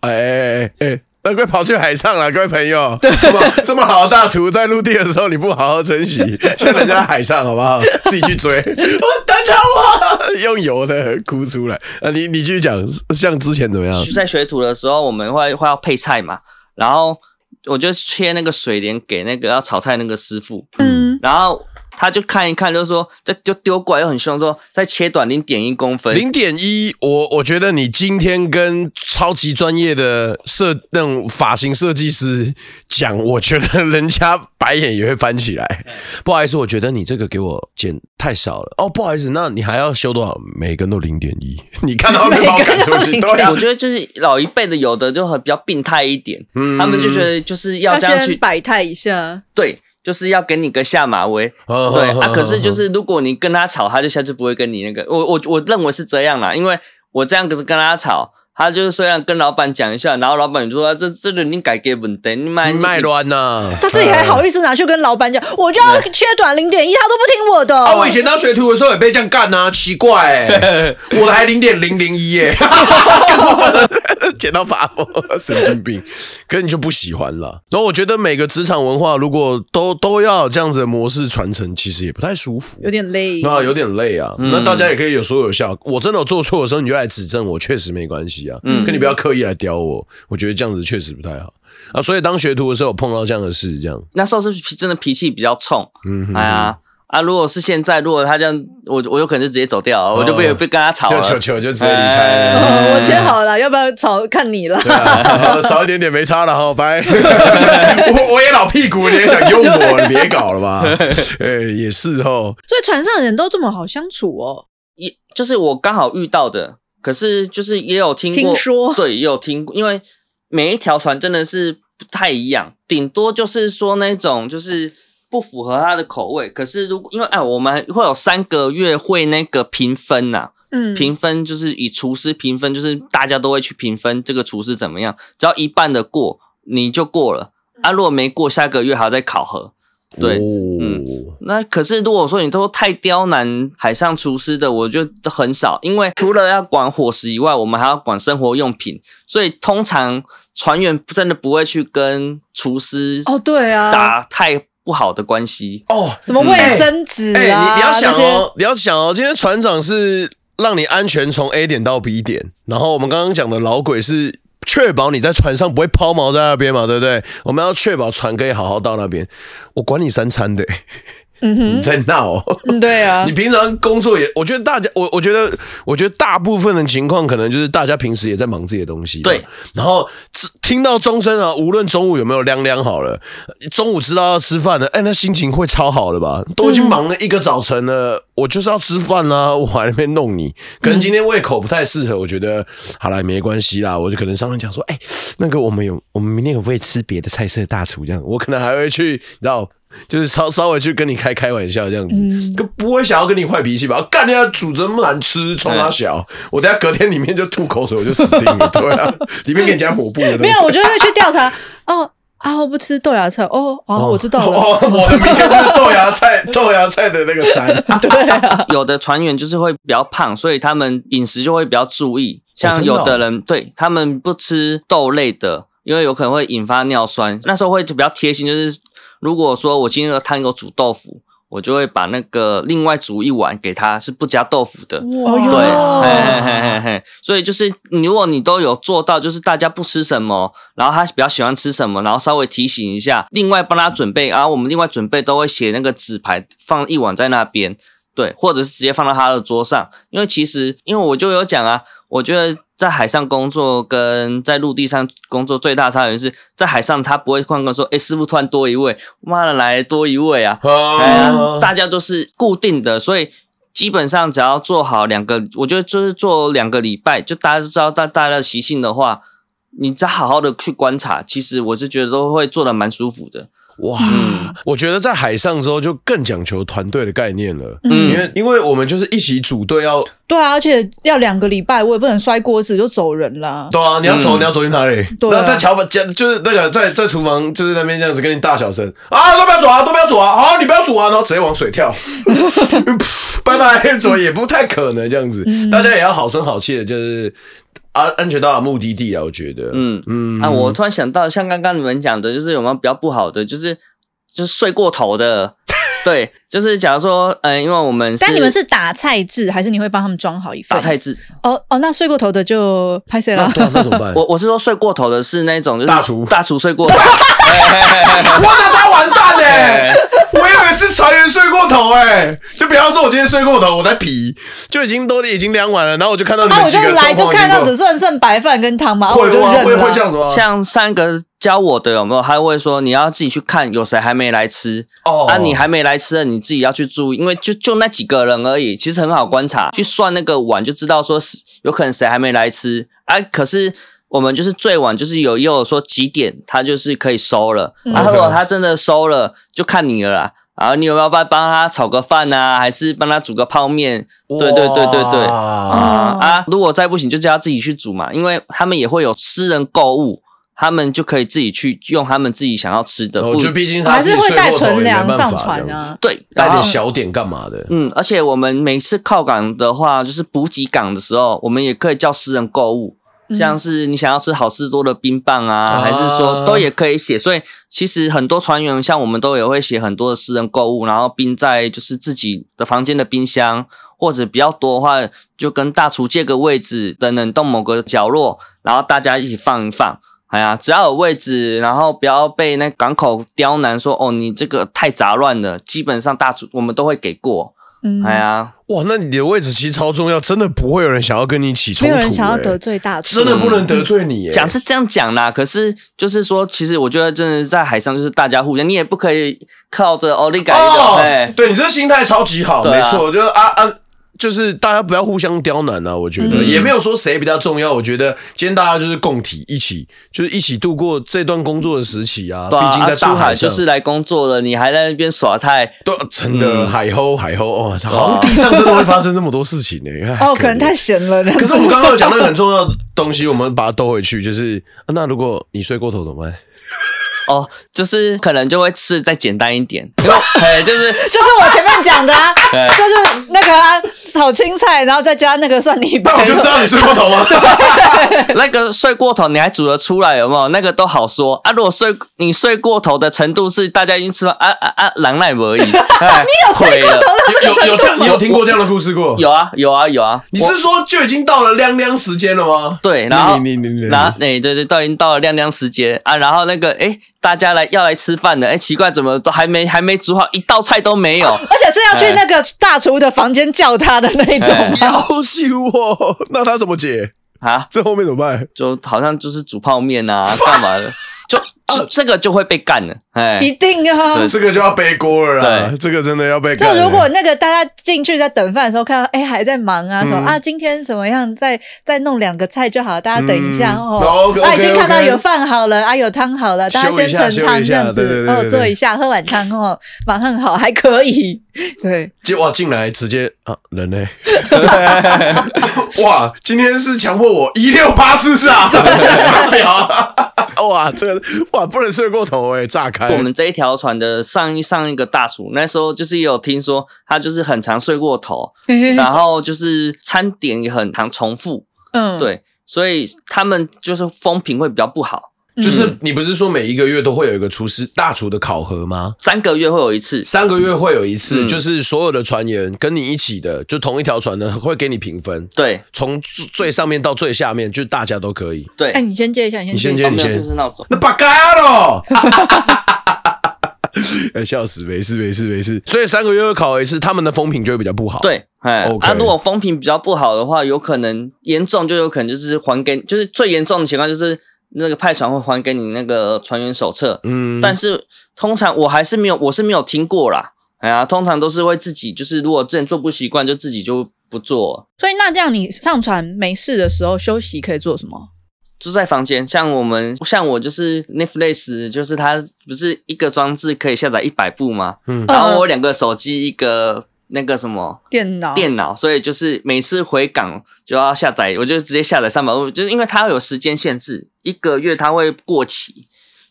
Speaker 3: 哎哎哎哎。那快跑去海上了，各位朋友！这么这么好的大厨，在陆地的时候你不好好珍惜，现在人家在海上好不好？自己去追，我等等我，用油的哭出来。啊，你你继续讲，像之前怎么样？
Speaker 4: 在学徒的时候我们会会要配菜嘛，然后我就切那个水莲给那个要炒菜那个师傅，
Speaker 2: 嗯，
Speaker 4: 然后他就看一看，就说再就丢过来又很凶，说再切短零点一公分，
Speaker 3: 零点一，我我觉得你今天跟超级专业的设那种发型设计师讲，我觉得人家白眼也会翻起来。
Speaker 4: 嗯
Speaker 3: 不好意思，我觉得你这个给我剪太少了。哦，不好意思，那你还要修多少？每根都零点一，你看到没有？把我赶出去，
Speaker 2: 每根都
Speaker 3: 对啊
Speaker 4: 我，觉得就是老一辈的有的就很比较病态一点，
Speaker 3: 嗯
Speaker 4: 他们就觉得就是要这样
Speaker 2: 先
Speaker 4: 去
Speaker 2: 摆态一下。
Speaker 4: 对，就是要给你个下马威。
Speaker 3: 哦
Speaker 4: 对
Speaker 3: 哦
Speaker 4: 啊，
Speaker 3: 哦
Speaker 4: 可是就是如果你跟他吵，他就下次不会跟你那个。我我我认为是这样啦，因为我这样可是跟他吵。他就是虽然跟老板讲一下，然后老板就说、啊这这人你改给本等你卖
Speaker 3: 你卖
Speaker 4: 乱。
Speaker 3: 乱
Speaker 4: 啊
Speaker 3: 呐、
Speaker 2: 他自己还好意思拿去跟老板讲，我就要切短零点一，他都不听我的。
Speaker 3: 啊，我以前当学徒的时候也被这样干呐、奇怪、欸，我的还零点零零一耶，捡到发疯，啊神经病。可是你就不喜欢了。然后我觉得每个职场文化如果都都要有这样子的模式传承，其实也不太舒服。
Speaker 2: 有点累，
Speaker 3: 那有点累啊，那大家也可以有说有笑。我真的有做错的时候，你就来指正我，确实没关系啊。嗯，可你不要刻意来刁我，我觉得这样子确实不太好啊。所以当学徒的时候，有碰到这样的事，这样，
Speaker 4: 那时候是脾真的脾气比较冲，
Speaker 3: 嗯哼，
Speaker 4: 哎呀啊！如果是现在，如果他这样，我我有可能就直接走掉了，我就被
Speaker 3: 哦
Speaker 4: 被跟他吵
Speaker 3: 就
Speaker 4: 了。
Speaker 3: 球球就直接离开了。
Speaker 2: 哦我切好了，要不要吵？看你了。
Speaker 3: 对啊，少一点点没差了哈，拜。 我我也老屁股，你也想用我，你别搞了吧。 哎、也是哦，
Speaker 2: 所以船上的人都这么好相处哦。
Speaker 4: 也就是我刚好遇到的，可是就是也有听过，
Speaker 2: 听说
Speaker 4: 对，也有听过，因为每一条船真的是不太一样，顶多就是说那种就是不符合他的口味。可是如果因为哎，我们会有三个月会那个评分呐、
Speaker 2: 嗯，
Speaker 4: 评分就是以厨师评分，就是大家都会去评分这个厨师怎么样，只要一半的过你就过了
Speaker 2: 嗯
Speaker 4: 啊，如果没过，下个月还要再考核。
Speaker 3: 哦
Speaker 4: 对，嗯那可是如果说你都太刁难海上厨师的，我觉得很少，因为 除了要管伙食以外，我们还要管生活用品，所以通常船员真的不会去跟厨师
Speaker 2: 哦对啊
Speaker 4: 打太不好的关系。
Speaker 3: 哦，
Speaker 2: 什么卫生纸啊，
Speaker 3: 哎、你你要想
Speaker 2: 那些
Speaker 3: 哦，你要想哦，今天船长是让你安全从 A 点到 B 点，然后我们刚刚讲的老鬼是确保你在船上不会抛锚在那边嘛，对不对？我们要确保船可以好好到那边。我管你三餐的、
Speaker 2: 嗯
Speaker 3: 你
Speaker 2: 哼，
Speaker 3: 在闹哦、
Speaker 2: 嗯对啊
Speaker 3: 你，平常工作也，我觉得大家，我我觉得，我觉得大部分的情况可能就是大家平时也在忙自己的东西嘛，啊
Speaker 4: 对
Speaker 3: 然后知听到钟声啊，无论中午有没有亮亮好了，中午知道要吃饭了，哎，那心情会超好的吧？都已经忙了一个早晨了，我就是要吃饭啦、我还在那边弄你。可能今天胃口不太适合，我觉得好了，没关系啦，我就可能商量讲说，哎，那个我们有，我们明天可不可以吃别的菜色大厨这样？我可能还会去，你知道。就是稍稍微去跟你开开玩笑这样子，可不会想要跟你坏脾气吧？干人家煮这么难吃，冲他小，我等下隔天里面就吐口水，我就死定了，对啊，里面给你加抹布的东西，
Speaker 2: 没有，我就会去调查哦。啊！我不吃豆芽菜哦，哦，我知道了。
Speaker 3: 哦，我的明天就是豆芽菜，豆芽菜的那个山，
Speaker 2: 啊
Speaker 4: 有的船员就是会比较胖，所以他们饮食就会比较注意。像
Speaker 3: 真的哦
Speaker 4: 有的人、对他们不吃豆类的，因为有可能会引发尿酸。那时候会比较贴心，就是如果说我今天的汤有煮豆腐，我就会把那个另外煮一碗给他，是不加豆腐的。
Speaker 2: 哇
Speaker 4: 对，
Speaker 3: 哦
Speaker 4: 嘿嘿嘿嘿嘿，所以就是你如果你都有做到，就是大家不吃什么，然后他比较喜欢吃什么，然后稍微提醒一下，另外帮他准备，然后我们另外准备都会写那个纸牌，放一碗在那边，对，或者是直接放到他的桌上，因为其实因为我就有讲啊，我觉得。在海上工作跟在陆地上工作最大差别是在海上，他不会换个说，哎、师傅突然多一位，妈的来多一位啊，哎呀，
Speaker 3: 啊，
Speaker 4: 大家都是固定的，所以基本上只要做好两个，我觉得就是做两个礼拜，就大家都知道大大家的习性的话，你再好好的去观察，其实我是觉得都会做的蛮舒服的。
Speaker 3: 哇。
Speaker 4: 嗯
Speaker 3: 我觉得在海上之后就更讲求团队的概念了，因
Speaker 4: 嗯，
Speaker 3: 为因为我们就是一起组队要，
Speaker 2: 对啊，而且要两个礼拜，我也不能摔锅子就走人啦。
Speaker 3: 对啊，你要走
Speaker 4: 嗯
Speaker 3: 你要走去哪里？
Speaker 2: 对啊
Speaker 3: 然后在桥板家就是那个在在厨房就是那边这样子跟你大小声啊，都不要走啊，都不要走啊，好，你不要走啊，然后直接往水 跳，拜拜，走也不太可能这样子，
Speaker 2: 嗯
Speaker 3: 大家也要好声好气的，就是安安全到达目的地啊，我觉得，
Speaker 4: 嗯
Speaker 3: 嗯
Speaker 4: 啊，我突然想到，像刚刚你们讲的，就是有没有比较不好的，就是就是睡过头的，对，就是假如说，嗯、因为我们是
Speaker 2: 但你们是打菜制，还是你会帮他们装好一份？
Speaker 4: 打菜制，
Speaker 2: 哦哦，那睡过头的就拍谁
Speaker 3: 那
Speaker 2: 了？
Speaker 3: 对啊那怎么办？
Speaker 4: 我我是说睡过头的是那种就是
Speaker 3: 大厨
Speaker 4: 大厨睡过头。
Speaker 3: 我的他完蛋嘞、我以为是船员睡过头哎、就比方说我今天睡过头，我在皮，就已经都已经量完了，然后我就看到你
Speaker 2: 啊，
Speaker 3: 们
Speaker 2: 我
Speaker 3: 几
Speaker 2: 就
Speaker 3: 个
Speaker 2: 来就
Speaker 3: 状况
Speaker 2: 看
Speaker 3: 已经
Speaker 2: 到
Speaker 3: 够
Speaker 2: 只剩剩白饭跟汤嘛，啊我
Speaker 3: 会
Speaker 2: 就
Speaker 3: 吗？
Speaker 2: 认
Speaker 3: 会会
Speaker 2: 了
Speaker 3: 这。样子吗？
Speaker 4: 像三个教我的有没有？他会说你要自己去看有谁还没来吃
Speaker 3: 哦
Speaker 4: 啊，你还没来吃的你自己要去注意，因为就就那几个人而已，其实很好观察，去算那个碗就知道说是有可能谁还没来吃啊。可是我们就是最晚就是有也有说几点他就是可以收了，
Speaker 2: 嗯
Speaker 4: 啊，如果
Speaker 3: OK
Speaker 4: 他真的收了就看你了啦。然后你有没有帮帮他炒个饭啊，还是帮他煮个泡面？对对对对对，
Speaker 3: 哇
Speaker 4: 啊、
Speaker 2: 哦
Speaker 4: 啊！如果再不行，就叫他自己去煮嘛，因为他们也会有私人购物，他们就可以自己去用他们自己想要吃的。
Speaker 3: 我
Speaker 4: 不
Speaker 3: 觉得哦毕竟
Speaker 2: 我
Speaker 3: 他
Speaker 2: 还
Speaker 3: 自己
Speaker 2: 是会
Speaker 3: 睡
Speaker 2: 带
Speaker 3: 过头也
Speaker 2: 存
Speaker 3: 没
Speaker 2: 粮
Speaker 3: 办
Speaker 2: 上
Speaker 3: 法
Speaker 2: 船
Speaker 3: 这样子，
Speaker 2: 啊。
Speaker 4: 对，
Speaker 3: 带
Speaker 4: 然
Speaker 3: 点
Speaker 4: 后
Speaker 3: 小点干嘛的？
Speaker 4: 嗯，而且我们每次靠港的话，就是补给港的时候，我们也可以叫私人购物，
Speaker 2: 嗯
Speaker 4: 像是你想要吃好事多的冰棒啊，
Speaker 3: 啊
Speaker 4: 还是说都也可以写。所以其实很多船员像我们都也会写很多的私人购物，然后冰在就是自己的房间的冰箱，或者比较多的话，就跟大厨借个位置，等冷冻某个角落，然后大家一起放一放。哎呀，只要有位置，然后不要被那港口刁难说哦，你这个太杂乱了。基本上大厨我们都会给过。
Speaker 2: 嗯，
Speaker 4: 哎呀，
Speaker 3: 哇，那你的位置其实超重要，真的不会有人想要跟你起冲
Speaker 2: 没
Speaker 3: 突、
Speaker 2: 有
Speaker 3: 欸，
Speaker 2: 人想要得，罪大厨，
Speaker 3: 真的不能得罪你、欸。
Speaker 4: 嗯讲是这样讲啦，可是就是说，其实我觉得真的在海上就是大家互相，你也不可以靠着奥利改的，
Speaker 3: 哦
Speaker 4: 哎，
Speaker 3: 对你这心态超级好，
Speaker 4: 对啊
Speaker 3: 没错，就是啊啊。就是大家不要互相刁难啊，我觉得、
Speaker 2: 嗯
Speaker 3: 也没有说谁比较重要，我觉得今天大家就是共体一起，就是一起度过这段工作的时期啊。
Speaker 4: 对啊，
Speaker 3: 毕竟在
Speaker 4: 啊大
Speaker 3: 大海
Speaker 4: 海就
Speaker 3: 上，
Speaker 4: 是来工作的，你还在那边耍太，
Speaker 3: 对啊，真的、
Speaker 4: 嗯
Speaker 3: 海鸥海鸥哦，好像地上真的会发生这么多事情呢、哎
Speaker 2: 哦，可能太闲了。
Speaker 3: 可是我们刚刚有讲到一个很重要的东西，我们把它兜回去，就是、啊那如果你睡过头怎么办？
Speaker 4: 哦，就是可能就会吃再简单 一点，因为哎，就是
Speaker 2: 就是我前面讲的、啊，
Speaker 4: 对
Speaker 2: 就是那个、啊、炒青菜，然后再加那个蒜泥
Speaker 3: 那
Speaker 2: 白
Speaker 3: 我哦就
Speaker 2: 肉
Speaker 3: 知。道你睡过头吗？
Speaker 4: 那个睡过头你还煮得出来有没有？那个都好说啊。如果睡你睡过头的程度是大家已经吃完啊啊啊，狼奈 而已。哎，你有睡过头
Speaker 3: 有有有这样，你有听过这样的故事过？
Speaker 4: 有啊有啊有啊。
Speaker 3: 你
Speaker 4: 我
Speaker 3: 是说就已经到了亮亮时间了吗？
Speaker 4: 对，然后
Speaker 3: 你你你你
Speaker 4: 然后哎对对，都已经到了亮亮时间啊。然后那个哎，大家来要来吃饭的，哎奇怪，怎么都还没还没煮好，一道菜都没有。
Speaker 2: 而且是要去那个大厨的房间叫他的那种
Speaker 4: 哎
Speaker 2: 吗，
Speaker 3: 要羞哦，那他怎么解？
Speaker 4: 啊，
Speaker 3: 这后面怎么办？
Speaker 4: 就好像就是煮泡面啊，干嘛的？就就这个就会被干了，哎，
Speaker 2: 一定啊！
Speaker 4: 对
Speaker 3: 这个就要背锅了啦，
Speaker 4: 对
Speaker 3: 这个真的要被
Speaker 2: 就
Speaker 3: 干了。
Speaker 2: 如果那个大家进去在等饭的时候，看到哎、还在忙啊，
Speaker 3: 嗯
Speaker 2: 说、啊今天怎么样，再再弄两个菜就好，大家等一下、
Speaker 3: 嗯
Speaker 2: 哦。
Speaker 3: OK，OK，
Speaker 2: 啊已经看到
Speaker 3: OK
Speaker 2: 有饭好了啊有汤好了，大家
Speaker 3: 修一
Speaker 2: 先
Speaker 3: 下
Speaker 2: 盛
Speaker 3: 修
Speaker 2: 汤
Speaker 3: 一
Speaker 2: 这
Speaker 3: 下
Speaker 2: 样子
Speaker 3: 对对对对
Speaker 2: 哦，
Speaker 3: 对
Speaker 2: 坐一下喝碗汤哦，马上好还可以， 对，
Speaker 3: 结哇进来直接啊人呢？ 哇，今天是强迫我一六八是不是 啊？发表啊！ 哇，这个哇不能睡过头哎，炸开！
Speaker 4: 我们这一条船的上一上一个大厨，那时候就是有听说他就是很常睡过头，然后就是餐点也很常重复，
Speaker 2: 嗯，
Speaker 4: 对，所以他们就是风评会比较不好。
Speaker 2: 嗯
Speaker 3: 就是你不是说每一个月都会有一个厨师大厨的考核吗？
Speaker 4: 三个月会有一次，
Speaker 3: 嗯三个月会有一次，
Speaker 4: 嗯
Speaker 3: 就是所有的船员跟你一起的，就同一条船的，会给你评分，
Speaker 4: 对
Speaker 3: 从最最上面到最下面，就大家都可以。
Speaker 4: 对，
Speaker 2: 哎、你先接一下，你先
Speaker 3: 你先
Speaker 2: 一下
Speaker 3: 接，你
Speaker 4: 哦没有
Speaker 3: 先
Speaker 4: 这。是闹钟。
Speaker 3: 那把啊嘎了， 哎笑死，没事没事没事。所以三个月会考一次，他们的风评就会比较不好。，
Speaker 4: 对，哎，
Speaker 3: OK
Speaker 4: 啊，如果风评比较不好的话，有可能严重就有可能就是还给，就是最严重的情况就是那个派船会还给你那个船员手册，
Speaker 3: 嗯，
Speaker 4: 但是通常我还是没有，我是没有听过啦。哎呀，通常都是会自己，就是如果真的做不习惯，就自己就不做，
Speaker 2: 所以那这样你上船没事的时候休息可以做什么？
Speaker 4: 就在房间。像我们，像我就是 Netflix，就是它不是一个装置可以下载一百部吗？
Speaker 3: 嗯。
Speaker 4: 然后我有两个手机，一个那个什么
Speaker 2: 电脑，
Speaker 4: 电脑，所以就是每次回港就要下载，我就直接下载三百部，就是因为它有时间限制，一个月它会过期，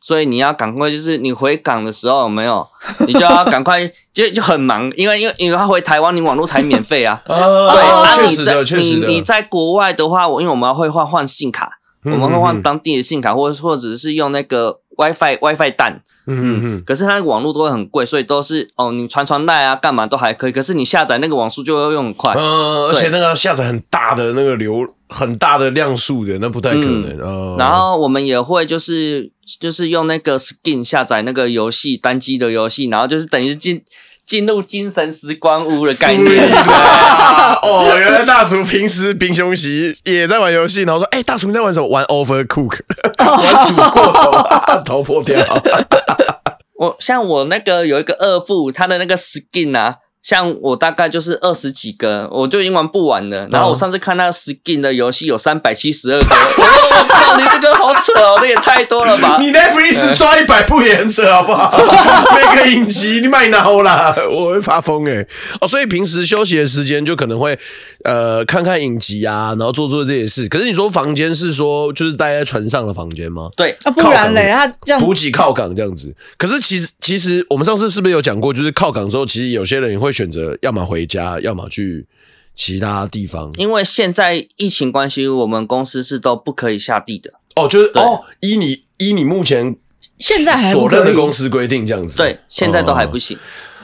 Speaker 4: 所以你要赶快，就是你回港的时候有没有，你就要赶快，就就很忙，因为因为因为它回台湾，你网络才免费啊
Speaker 3: 啊
Speaker 4: 对，啊
Speaker 3: 确
Speaker 4: 你
Speaker 3: 实
Speaker 4: 在
Speaker 3: 的，确实的。
Speaker 4: 你你在国外的话，我因为我们会换换信卡，我
Speaker 3: 嗯
Speaker 4: 们会换
Speaker 3: 当，
Speaker 4: 当地的信卡，或或者是用那个 WiFi WiFi 蛋，
Speaker 3: 嗯嗯
Speaker 4: 嗯，
Speaker 3: 嗯，
Speaker 4: 可是它那个网络都会很贵，所以都是哦，你传传赖啊，干嘛都还可以，可是你下载那个网速就会用很快。
Speaker 3: 呃，而
Speaker 4: 嗯对
Speaker 3: 且那个下载很大的那个流，很大的量数的，那不太可能。呃，
Speaker 4: 嗯然后我们也会就是就是用那个 Skin 下载那个游戏单机的游戏，然后就是等于是进进入精神时光屋的概念。
Speaker 3: Sweet 啊哦，原来大厨平时平胸席也在玩游戏，然后说：“哎、大厨你在玩什么？玩 Overcook，玩煮过头， 头破掉。
Speaker 4: 我像我那个有一个二副，他的那个 Skin 啊。像我大概就是二十几个，我就已经玩不完了。然后我上次看那个 skin 的游戏有三百七十二个，我说我靠，你这个好扯哦，这也太多了吧！
Speaker 3: 你
Speaker 4: 呃
Speaker 3: Netflix 抓一百不严扯好 不好？每个影集你卖脑啦，我会发疯哎、哦，所以平时休息的时间就可能会呃看看影集啊，然后做做这些事。可是你说房间是说就是待在船上的房间吗？
Speaker 4: 对，
Speaker 2: 啊，不然嘞，
Speaker 3: 靠
Speaker 2: 他这样
Speaker 3: 补给靠港这样子。可是其实其实我们上次是不是有讲过，就是靠港之后，其实有些人也会选择要么回家，要么去其他地方。
Speaker 4: 因为现在疫情关系，我们公司是都不可以下地的。
Speaker 3: 哦，就是
Speaker 4: 对
Speaker 3: 哦，依你依你目前
Speaker 2: 现在还不
Speaker 3: 所认
Speaker 2: 可
Speaker 3: 的
Speaker 2: 以
Speaker 3: 公司规定这样子。哦
Speaker 4: 对，现在都还不
Speaker 3: 行、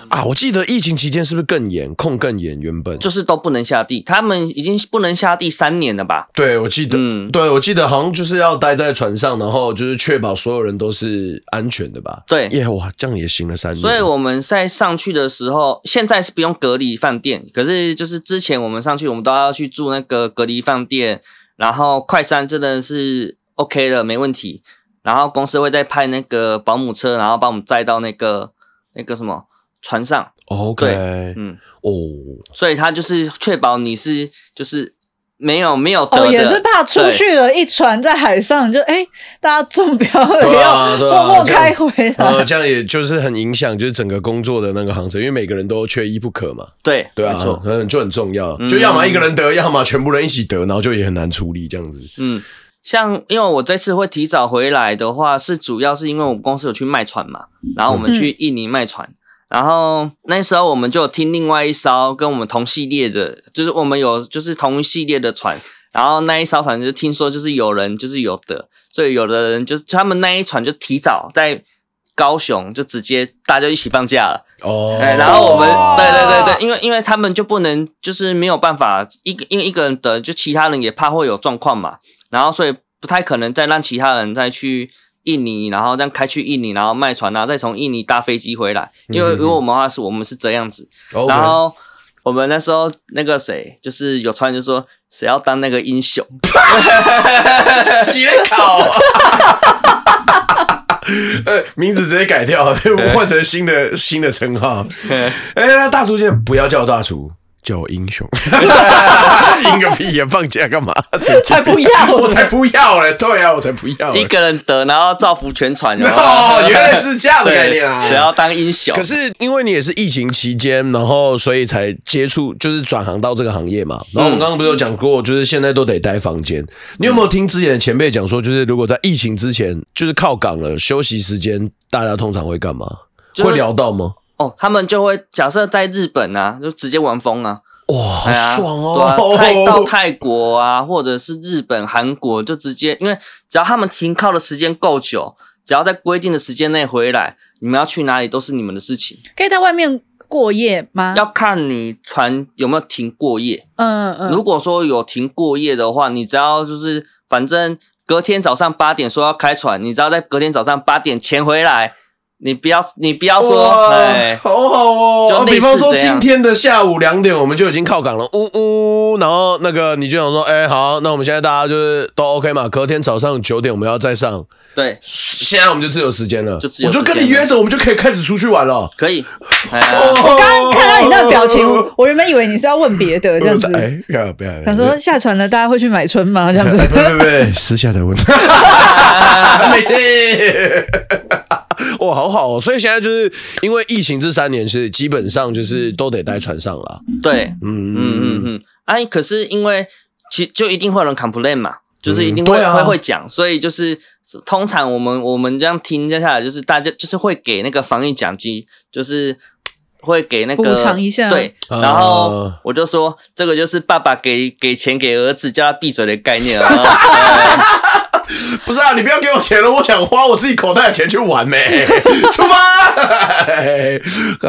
Speaker 4: 行，
Speaker 3: 啊！我记得疫情期间是不是更严，控更严？原本
Speaker 4: 就是都不能下地。他们已经不能下地三年了吧？
Speaker 3: 对，我记得，
Speaker 4: 嗯
Speaker 3: 对我记得好像就是要待在船上，然后就是确保所有人都是安全的吧。
Speaker 4: 对
Speaker 3: 耶，哇，这样也行了三
Speaker 2: 嗯
Speaker 3: 年。
Speaker 4: 所以我们在上去的时候，现在是不用隔离饭店，可是就是之前我们上去，我们都要去住那个隔离饭店，然后快餐真的是 OK 了，没问题。然后公司会再派那个保姆车，然后把我们载到那个那个什么船上，
Speaker 3: OK，
Speaker 4: 嗯，
Speaker 3: 哦，
Speaker 4: 所以他就是确保你是就是没有没有得的，
Speaker 2: 哦，也是怕出去了，一船在海上就哎，大家中标了，
Speaker 3: 对啊
Speaker 2: 要
Speaker 3: 对啊
Speaker 2: 默默开回
Speaker 3: 呃，
Speaker 2: 来。
Speaker 3: 这样也就是很影响，就是整个工作的那个行程，因为每个人都缺一不可嘛。
Speaker 4: 对
Speaker 3: 对啊，
Speaker 4: 没错，
Speaker 3: 嗯，就很重要，
Speaker 4: 嗯
Speaker 3: 就要么一个人得，要么全部人一起得，然后就也很难处理这样子。
Speaker 4: 嗯。像因为我这次会提早回来的话，是主要是因为我们公司有去卖船嘛，然后我们去印尼卖船，然后那时候我们就有听另外一艘跟我们同系列的，就是我们有就是同一系列的船，然后那一艘船就听说就是有人就是有得，所以有的人就是他们那一船就提早在高雄就直接大家一起放假了。
Speaker 3: 哦，
Speaker 4: 哎、然后我们
Speaker 2: 哦
Speaker 4: 对对对对，因为因为他们就不能就是没有办法一个因为一个人得，就其他人也怕会有状况嘛，然后所以不太可能再让其他人再去印尼，然后这样开去印尼，然后卖船，然后啊再从印尼搭飞机回来，因为
Speaker 3: 嗯嗯嗯
Speaker 4: 如果我们的话是我们是这样子，
Speaker 3: OK
Speaker 4: 然后。我们那时候那个谁，就是有传就说谁要当那个英雄，
Speaker 3: 洗了考。 呃，名字直接改掉，换成新的新的称号。哎、那大厨现在不要叫我大厨，叫我英雄。英个屁呀！放假干嘛？神经
Speaker 2: 才不要
Speaker 3: 我才不要嘞！对啊，我才不要嘞
Speaker 4: 一个人得，然后造福全船。有没有
Speaker 3: 哦，原来是这样的概念啊！
Speaker 4: 对谁要当英雄？
Speaker 3: 可是因为你也是疫情期间，然后所以才接触，就是转行到这个行业嘛。
Speaker 4: 嗯
Speaker 3: 然后我们刚刚不是有讲过，就是现在都得待房间。你有没有听之前的前辈讲说，就是如果在疫情之前，就是靠港了，休息时间大家通常会干嘛？
Speaker 4: 就是
Speaker 3: 会聊到吗？
Speaker 4: 哦，他们就会假设在日本啊，就直接玩疯啊，
Speaker 3: 哇，好
Speaker 4: 哎呀
Speaker 3: 爽
Speaker 4: 对
Speaker 3: 哦！
Speaker 4: 啊，泰到泰国啊，或者是日本、韩国，就直接，因为只要他们停靠的时间够久，只要在规定的时间内回来，你们要去哪里都是你们的事情，
Speaker 2: 可以在外面过夜
Speaker 3: 啊
Speaker 2: 吗？
Speaker 4: 要看你船有没有停过夜。
Speaker 2: 嗯嗯
Speaker 4: 如果说有停过夜的话，你只要就是反正隔天早上八点说要开船，你只要在隔天早上八点前回来，你不要你不要说，
Speaker 3: 哇
Speaker 4: 哎，
Speaker 3: 好好哦。
Speaker 4: 就
Speaker 3: 哦比
Speaker 4: 类似
Speaker 3: 方说
Speaker 4: 这样
Speaker 3: 今天的下午两点，我们就已经靠港了，呜呜。然后那个你就想说，哎、好，那我们现在大家就是都 OK 嘛？隔天早上九点我们要再上，
Speaker 4: 对，
Speaker 3: 现在我们就自由时间了，
Speaker 4: 就自由
Speaker 3: 我
Speaker 4: 时间
Speaker 3: 就
Speaker 4: 了
Speaker 3: 跟你约着，我们就可以开始出去玩了。
Speaker 4: 可以，哎呀。
Speaker 2: 刚
Speaker 3: 我
Speaker 2: 刚看到你那个表情，我原本以为你是要问别的这样子，
Speaker 3: 哎，哦不要不要，
Speaker 2: 想说下船了大家会去买春吗？这样
Speaker 3: 不
Speaker 2: 子
Speaker 3: 要。不要不要，私下再问。没事。哇，好好哦！所以现在就是因为疫情这三年是基本上就是都得待船上了。
Speaker 4: 对，
Speaker 3: 嗯
Speaker 4: 嗯嗯嗯，哎、可是因为其就一定会有人 complain 嘛，就是一定会、
Speaker 3: 嗯对啊
Speaker 4: 会会讲，所以就是通常我们我们这样听接下来，就是大家就是会给那个防疫奖金，就是。会给那个
Speaker 2: 补偿一下
Speaker 4: 对，
Speaker 3: 啊
Speaker 4: 然后我就说这个就是爸爸给给钱给儿子叫他闭嘴的概 念啊。 然后
Speaker 3: 不是啊，你不要给我钱了，我想花我自己口袋的钱去玩呗、出发！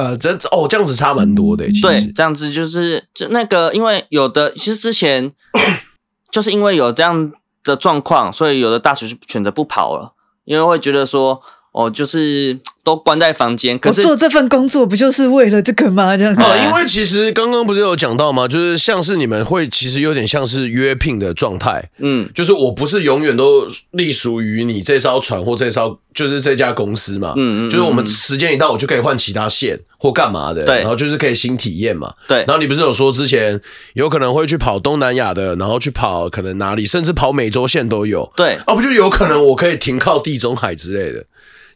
Speaker 3: 啊，真哦，这样子差蛮多的、其
Speaker 4: 对
Speaker 3: 实，。
Speaker 4: 这样子就是就那个，因为有的其实之前就是因为有这样的状况，所以有的大学就选择不跑了，因为会觉得说哦，就是都关在房间，可
Speaker 2: 我
Speaker 4: 是
Speaker 2: 做这份工作不就是为了这个吗？这样子。
Speaker 4: 哎
Speaker 3: 哦，因为其实刚刚不是有讲到吗？就是像是你们会其实有点像是约聘的状态，
Speaker 4: 嗯
Speaker 3: 就是我不是永远都隶属于你这艘船或这艘，就是这家公司嘛。
Speaker 4: 嗯嗯
Speaker 3: 就是我们
Speaker 4: 嗯
Speaker 3: 时间一到，我就可以换其他线或干嘛的，
Speaker 4: 对
Speaker 3: 然后就是可以新体验嘛。
Speaker 4: 对
Speaker 3: 然后你不是有说之前有可能会去跑东南亚的，然后去跑可能哪里，甚至跑美洲线都有。
Speaker 4: 对
Speaker 3: 哦，不就有可能我可以停靠地中海之类的，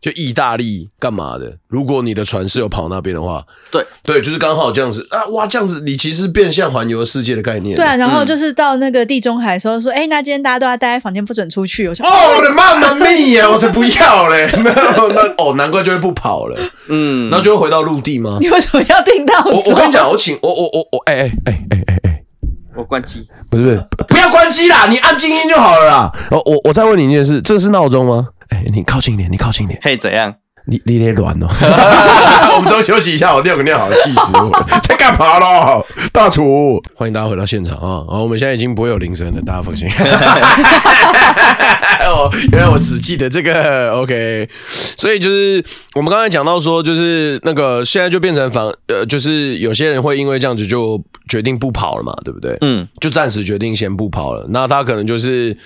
Speaker 3: 就意大利干嘛的？如果你的船是有跑那边的话，
Speaker 4: 对
Speaker 3: 对，就是刚好这样子啊，哇，这样子你其实变相环游世界的概念。
Speaker 2: 对啊，然后就是到那个地中海的时候说，哎、那今天大家都要待在房间，不准出去。我想，
Speaker 3: 哦，我的妈妈咪呀！我才不要嘞！没有，那哦，难怪就会不跑了，
Speaker 4: 嗯
Speaker 3: 那，就会回到陆地吗？
Speaker 2: 你为什么要听到
Speaker 3: 我我
Speaker 2: 说
Speaker 3: 跟你讲，我请我我我我，哎哎哎哎哎哎，
Speaker 4: 我关机，
Speaker 3: 不是不
Speaker 4: 啊
Speaker 3: 是，不要关机啦，你按静音就好了啦。哦，我我再问你一件事，这是闹钟吗？哎，你靠近一点，你靠近一点，
Speaker 4: 嘿，怎样？
Speaker 3: 你你得软哦。 我们中午休息一下，我尿个尿好了，气死 我！在干嘛咯？大厨，欢迎大家回到现场啊！好，我们现在已经不会有铃声了，大家放心。 哦，原来我只记得这个 OK，所以就是我们刚才讲到说，就是那个现在就变成房呃，就是有些人会因为这样子就决定不跑了嘛，对不对？
Speaker 4: 嗯，
Speaker 3: 就暂时决定先不跑了。那他可能就是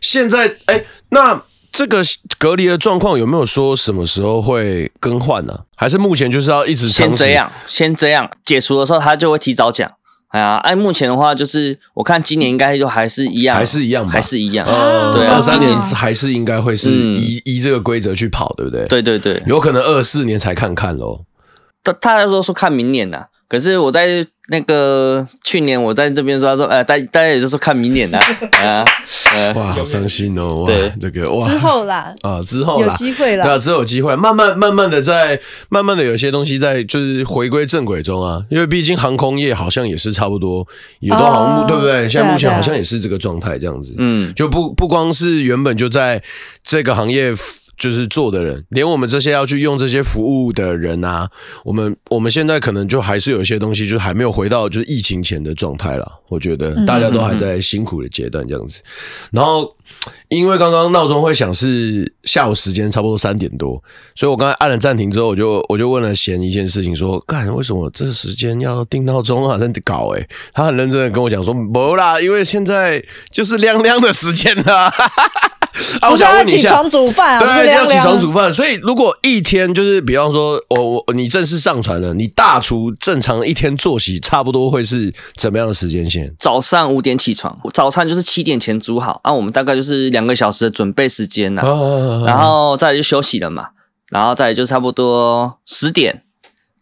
Speaker 3: 现在，哎、那这个隔离的状况有没有说什么时候会更换呢、还是目前就是要一直
Speaker 4: 先
Speaker 3: 长期
Speaker 4: 这？样，先这样，解除的时候他就会提早讲。哎呀，哎，目前的话就是，我看今年应该就还是一样，
Speaker 3: 还是一样吧
Speaker 4: 还是一样。
Speaker 3: 呃，
Speaker 4: 对
Speaker 2: 哦
Speaker 4: 啊
Speaker 3: 二三
Speaker 4: 今
Speaker 3: 年
Speaker 4: 年
Speaker 3: 还是应该会是
Speaker 4: 嗯
Speaker 3: 依、依这个规则去跑，对不对？，
Speaker 4: 对对对，
Speaker 3: 有可能二四年才看看喽。
Speaker 4: 他他都说看明年呐、啊可是我在那个去年我在这边说，他说，呃，大大家也就是说看 明年呐、啊，呃，
Speaker 3: 哇，好伤心哦！哇
Speaker 4: 对，
Speaker 3: 这个 哇，
Speaker 2: 之后啦，
Speaker 3: 啊，之后
Speaker 2: 有
Speaker 3: 啦，
Speaker 2: 机会
Speaker 3: 对啊，
Speaker 2: 啦。
Speaker 3: 只有机会，慢慢慢慢的在，慢慢的有些东西在就是回归正轨中啊，因为毕竟航空业好像也是差不多，也都好像、
Speaker 2: 哦
Speaker 3: 对不对？现
Speaker 2: 对
Speaker 3: 在
Speaker 2: 啊
Speaker 3: 目前
Speaker 2: 对啊
Speaker 3: 好像也是这个状态这样子，
Speaker 4: 嗯，
Speaker 3: 就不不光是原本就在这个行业 f- 就是做的人，连我们这些要去用这些服务的人啊，我们我们现在可能就还是有一些东西就还没有回到就是疫情前的状态啦。我觉
Speaker 2: 嗯
Speaker 3: 得大家都还在辛苦的阶段这样子。然后因为刚刚闹钟会响是下午时间差不多三点多，所以我刚才按了暂停之后，我就我就问了贤一件事情说，干为什么这时间要定闹钟啊？在搞诶、欸他很认真的跟我讲说，没啦，因为现在就是亮亮的时间啦。 啊，我
Speaker 2: 不是
Speaker 3: 想
Speaker 2: 要
Speaker 3: 问你一
Speaker 2: 起
Speaker 3: 下，
Speaker 2: 床煮饭啊，不是
Speaker 3: 对，要
Speaker 2: 凉
Speaker 3: 起床煮
Speaker 2: 凉。
Speaker 3: 饭。所以如果一天就是，比方说，我、我你正式上传了，你大厨正常一天作息差不多会是怎么样的时间线？
Speaker 4: 早上五点起床，早餐就是七点前煮好，啊，我们大概就是两个小时的准备时间呐、
Speaker 3: 啊
Speaker 4: 然后再来就休息了嘛，然后再来就差不多十点，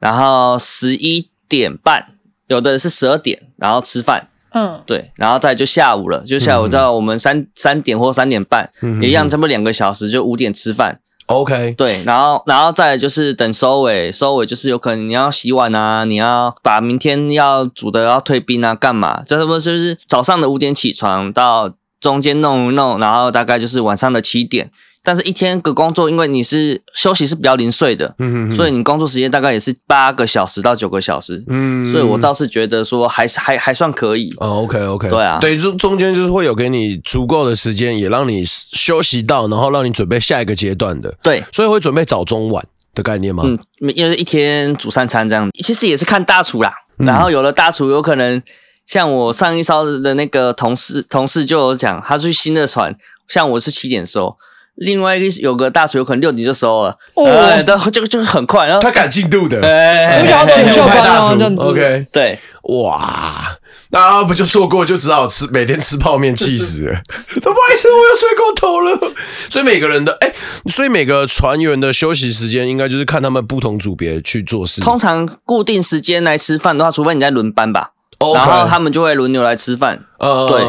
Speaker 4: 然后十一点半，有的是十二点，然后吃饭，
Speaker 2: 嗯，
Speaker 4: 对，然后再来就下午了，就下午到我们三、三点或三点半，
Speaker 3: 嗯
Speaker 4: 也一样，差不多两个小时，就五点吃饭，
Speaker 3: OK，
Speaker 4: 对，然后然后再来就是等收尾，收尾就是有可能你要洗碗啊，你要把明天要煮的要退冰啊，干嘛？这不就是早上的五点起床到中间弄一弄，然后大概就是晚上的七点。但是一天的工作，因为你是休息是比较零碎的，
Speaker 3: 嗯
Speaker 4: 所以你工作时间大概也是八个小时到九个小时，
Speaker 3: 嗯
Speaker 4: 所以我倒是觉得说还是还还算可以。
Speaker 3: 哦，OK OK，
Speaker 4: 对啊
Speaker 3: 对，中中间就是会有给你足够的时间，也让你休息到，然后让你准备下一个阶段的，
Speaker 4: 对，
Speaker 3: 所以会准备早中晚的概念吗？
Speaker 4: 嗯，因为一天煮三餐这样，其实也是看大厨啦。
Speaker 3: 嗯
Speaker 4: 然后有了大厨，有可能像我上一艘的那个同事，同事就有讲，他去新的船，像我是七点收，另外一个有个大厨有可能六点就收了，
Speaker 2: 哦
Speaker 4: 哎，都就就是很快，然后
Speaker 3: 他赶进度的，
Speaker 4: 哎
Speaker 2: 不晓得
Speaker 3: 进
Speaker 2: 很
Speaker 3: 度
Speaker 2: 秀
Speaker 3: 派
Speaker 2: 观
Speaker 3: 大
Speaker 2: 哦
Speaker 3: 厨
Speaker 2: 这样子
Speaker 3: OK，
Speaker 4: 对，
Speaker 3: 哇，那不就错过，就只好吃每天吃泡面，气死了！都不好意思，我又睡过头了。所以每个人的哎、所以每个船员的休息时间，应该就是看他们不同组别去做事。
Speaker 4: 通常固定时间来吃饭的话，除非你在轮班吧，
Speaker 3: OK
Speaker 4: 然后他们就会轮流来吃饭。
Speaker 3: 呃
Speaker 4: 对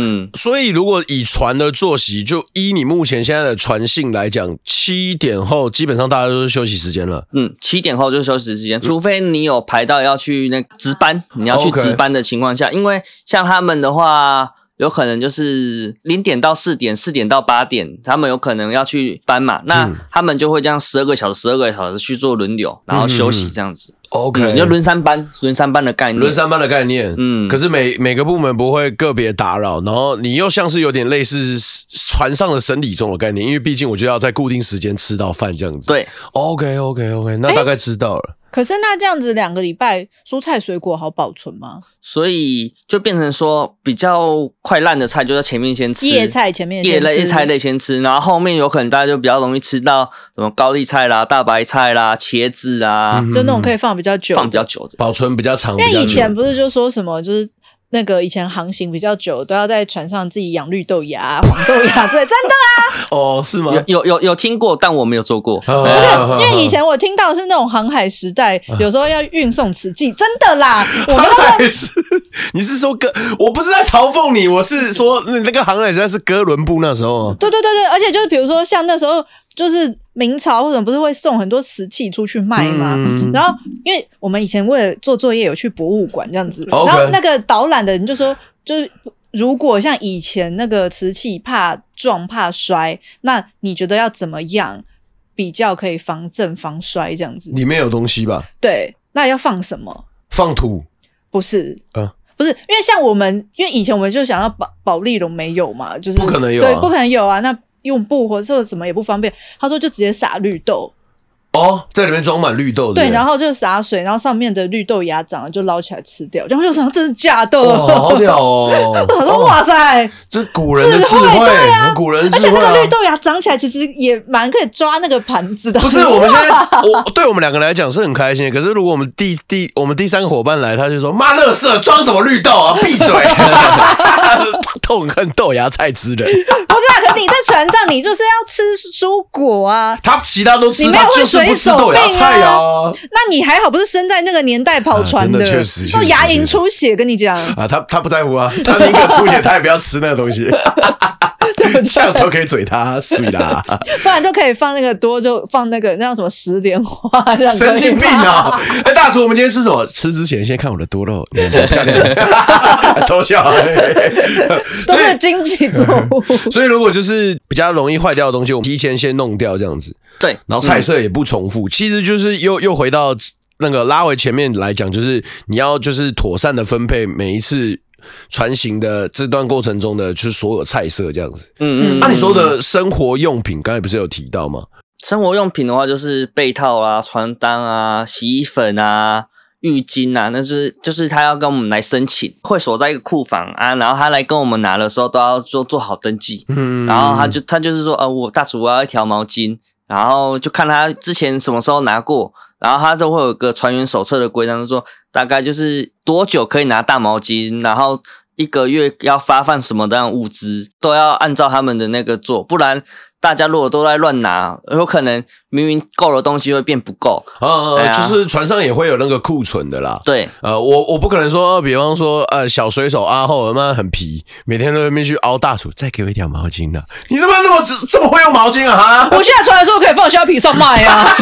Speaker 4: 嗯，
Speaker 3: 所以，如果以船的作息，就依你目前现在的船性来讲，七点后基本上大家都是休息时间了。
Speaker 4: 嗯，七点后就是休息时间，除非你有排到要去那个值班，你要去
Speaker 3: 嗯哦 OK
Speaker 4: 值班的情况下因为像他们的话，有可能就是零点到四点，四点到八点，他们有可能要去班嘛，那
Speaker 3: 嗯
Speaker 4: 他们就会这样十二个小时、十二个小时去做轮流，然后休息这样子。
Speaker 3: 嗯 OK，
Speaker 4: 嗯，你就轮三班，轮三班的概念。
Speaker 3: 轮三班的概念，嗯，
Speaker 4: 嗯
Speaker 3: 可是每每个部门不会个别打扰，然后你又像是有点类似船上的生理钟的概念，因为毕竟我就要在固定时间吃到饭这样子。
Speaker 4: 对，哎
Speaker 3: ，OK OK OK，那大概知道了。
Speaker 2: 可是那这样子两个礼拜，蔬菜水果好保存吗？
Speaker 4: 所以就变成说比较快烂的菜就在前面先吃，
Speaker 2: 叶菜前面
Speaker 4: 叶类、叶
Speaker 2: 叶
Speaker 4: 菜类先吃，然后后面有可能大家就比较容易吃到什么高丽菜啦、大白菜啦、茄子啦，
Speaker 3: 嗯
Speaker 2: 就那种可以放比较久的，
Speaker 4: 放比较久的。
Speaker 3: 保存比较长，
Speaker 2: 因
Speaker 3: 比较
Speaker 2: 为
Speaker 3: 久
Speaker 2: 以前不是就说什么，就是那个以前航行比较久，都要在船上自己养绿豆芽、黄豆芽 之类，真的
Speaker 3: 哦是吗？
Speaker 4: 有有有有听过，但我没有做过。
Speaker 3: 啊
Speaker 2: 啊。因为以前我听到是那种航海时代，有时候要运送此计，真的 啦，我们
Speaker 3: 航海是， 你是说哥？我不是在嘲讽你，我是说那个航海时代是哥伦布那时候哦。
Speaker 2: 对对对对，而且就是比如说像那时候就是明朝或者不是会送很多瓷器出去卖吗？
Speaker 3: 嗯
Speaker 2: 然后，因为我们以前为了做作业有去博物馆这样子
Speaker 3: OK
Speaker 2: 然后那个导览的人就说，就是如果像以前那个瓷器怕撞怕摔，那你觉得要怎么样比较可以防震防摔这样子？
Speaker 3: 里面有东西吧？
Speaker 2: 对，那要放什么？
Speaker 3: 放土，
Speaker 2: 不是，
Speaker 3: 嗯
Speaker 2: 不是，因为像我们，因为以前我们就想要保保利龙没有嘛，就是
Speaker 3: 不可能有啊
Speaker 2: 对，不可能有啊，那用布或者什么也不方便。他说就直接撒绿豆，
Speaker 3: 哦，在里面装满绿豆，
Speaker 2: 对，然
Speaker 3: 后
Speaker 2: 后就洒水，然后上面的绿豆芽长了就捞起来吃掉，然后就想这是假的，
Speaker 3: 哇，好屌哦！
Speaker 2: 我说哇塞，
Speaker 3: 这古人的智
Speaker 2: 智慧
Speaker 3: 慧
Speaker 2: 对，啊
Speaker 3: 古人
Speaker 2: 而
Speaker 3: 智
Speaker 2: 且
Speaker 3: 慧
Speaker 2: 那
Speaker 3: 啊
Speaker 2: 个绿。豆芽长起来其实也蛮可以抓那个盘子的，
Speaker 3: 不是，我们现在我对我们两个来讲是很开心的。可是如果我们第第我们第三个伙伴来，他就说：“妈，乐色装什么绿豆啊，闭嘴！” 痛恨豆芽菜之 人，
Speaker 2: 不是、啊，可你在船上你就是要吃蔬果啊，
Speaker 3: 他其他都吃，
Speaker 2: 你没有
Speaker 3: 他就是
Speaker 2: 会水
Speaker 3: 不吃
Speaker 2: 手
Speaker 3: 豆芽菜
Speaker 2: 病
Speaker 3: 啊！
Speaker 2: 那你还好不是生在那个年代跑船
Speaker 3: 啊真的确实
Speaker 2: 那
Speaker 3: 确实
Speaker 2: 牙龈出血，跟你讲，
Speaker 3: 啊，他他不在乎啊，他宁可出血，他也不要吃那个东西。 像都可以嘴他，水啦，
Speaker 2: 不然就可以放那个多，就放那个那叫什么石莲花，这样可以吗
Speaker 3: 神经病！啊！哎，大厨，我们今天吃什么？吃之前先看我的多肉，你看漂亮，偷笑。啊嘿嘿嘿
Speaker 2: 都是经济作物，
Speaker 3: 所以如果就是比较容易坏掉的东西，我们提前先弄掉这样子，
Speaker 4: 对，
Speaker 3: 然后菜色也不重复，其实就是又又回到那个拉回前面来讲，就是你要就是妥善的分配每一次。船行的这段过程中的，就是所有菜色这样子。
Speaker 4: 嗯嗯。
Speaker 3: 那、你说的生活用品，刚才不是有提到吗？
Speaker 4: 生活用品的话，就是被套啊、床单啊、洗衣粉啊、浴巾啊，那就是就是他要跟我们来申请，会锁在一个库房啊，然后他来跟我们拿的时候都要做做好登记，
Speaker 3: 嗯，
Speaker 4: 然后他就他就是说，呃，我大厨我要一条毛巾，然后就看他之前什么时候拿过，然后他就会有个船员手册的规章，就说大概就是多久可以拿大毛巾，然后一个月要发放什么样的物资，都要按照他们的那个做，不然大家如果都在乱拿，有可能明明够的东西会变不够。
Speaker 3: 呃，
Speaker 4: 哎呀
Speaker 3: 就是船上也会有那个库存的啦。
Speaker 4: 对，
Speaker 3: 呃，我我不可能说，比方说，呃，小水手阿后他妈很皮，每天都在那边去凹大厨，再给我一条毛巾啊！你他妈那么这么会用毛巾啊？哈，
Speaker 2: 我现在出来的时候可以放虾皮上卖啊，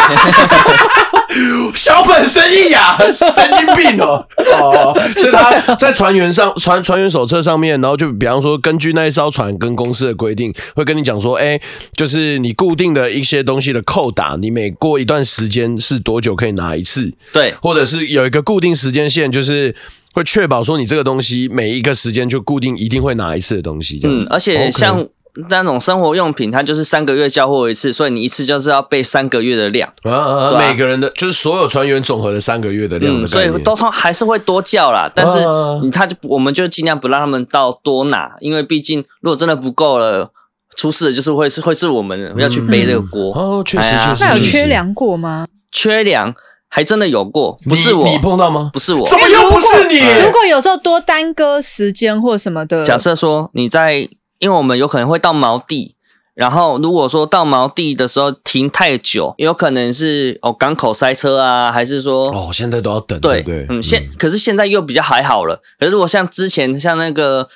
Speaker 3: 小本生意呀、神经病哦！ 哦，所以 他在船员上船船员手册上面，然后就比方说，根据那一艘船跟公司的规定，会跟你讲说，哎、就是你固定的一些东西的扣打，你每过一段时间是多久可以拿一次，
Speaker 4: 对，
Speaker 3: 或者是有一个固定时间线，就是会确保说你这个东西每一个时间就固定一定会拿一次的东西，这样
Speaker 4: 嗯
Speaker 3: 子。，
Speaker 4: 而且
Speaker 3: OK
Speaker 4: 像那种生活用品，它就是三个月交货一次，所以你一次就是要备三个月的量。
Speaker 3: 啊啊啊
Speaker 4: 对啊
Speaker 3: 每个人的就是所有船员总和的三个月的量的
Speaker 4: 嗯，所
Speaker 3: 概
Speaker 4: 以
Speaker 3: 念。
Speaker 4: 都通还是会多叫啦，但是
Speaker 3: 啊
Speaker 4: 你他就我们就尽量不让他们到多拿，因为毕竟如果真的不够了，出事的就是会是会是我们要去背这个锅。
Speaker 3: 哦，确实
Speaker 4: 哎呀
Speaker 3: 确实，
Speaker 2: 那有
Speaker 3: 确实
Speaker 2: 缺粮过吗？
Speaker 4: 缺粮还真的有过，不是
Speaker 3: 你
Speaker 4: 我
Speaker 3: 你，碰到吗？
Speaker 4: 不是我。
Speaker 3: 怎么又不是你？
Speaker 4: 哎
Speaker 2: 如果有时候多耽搁时间或什么的，
Speaker 4: 假设说你在，因为我们有可能会到锚地，然后如果说到锚地的时候停太久，也有可能是哦港口塞车啊，还是说
Speaker 3: 哦，现在都要等，对
Speaker 4: 对，
Speaker 3: 不对？
Speaker 4: 嗯，现可是现在又比较还好了。可是如果像之前像那个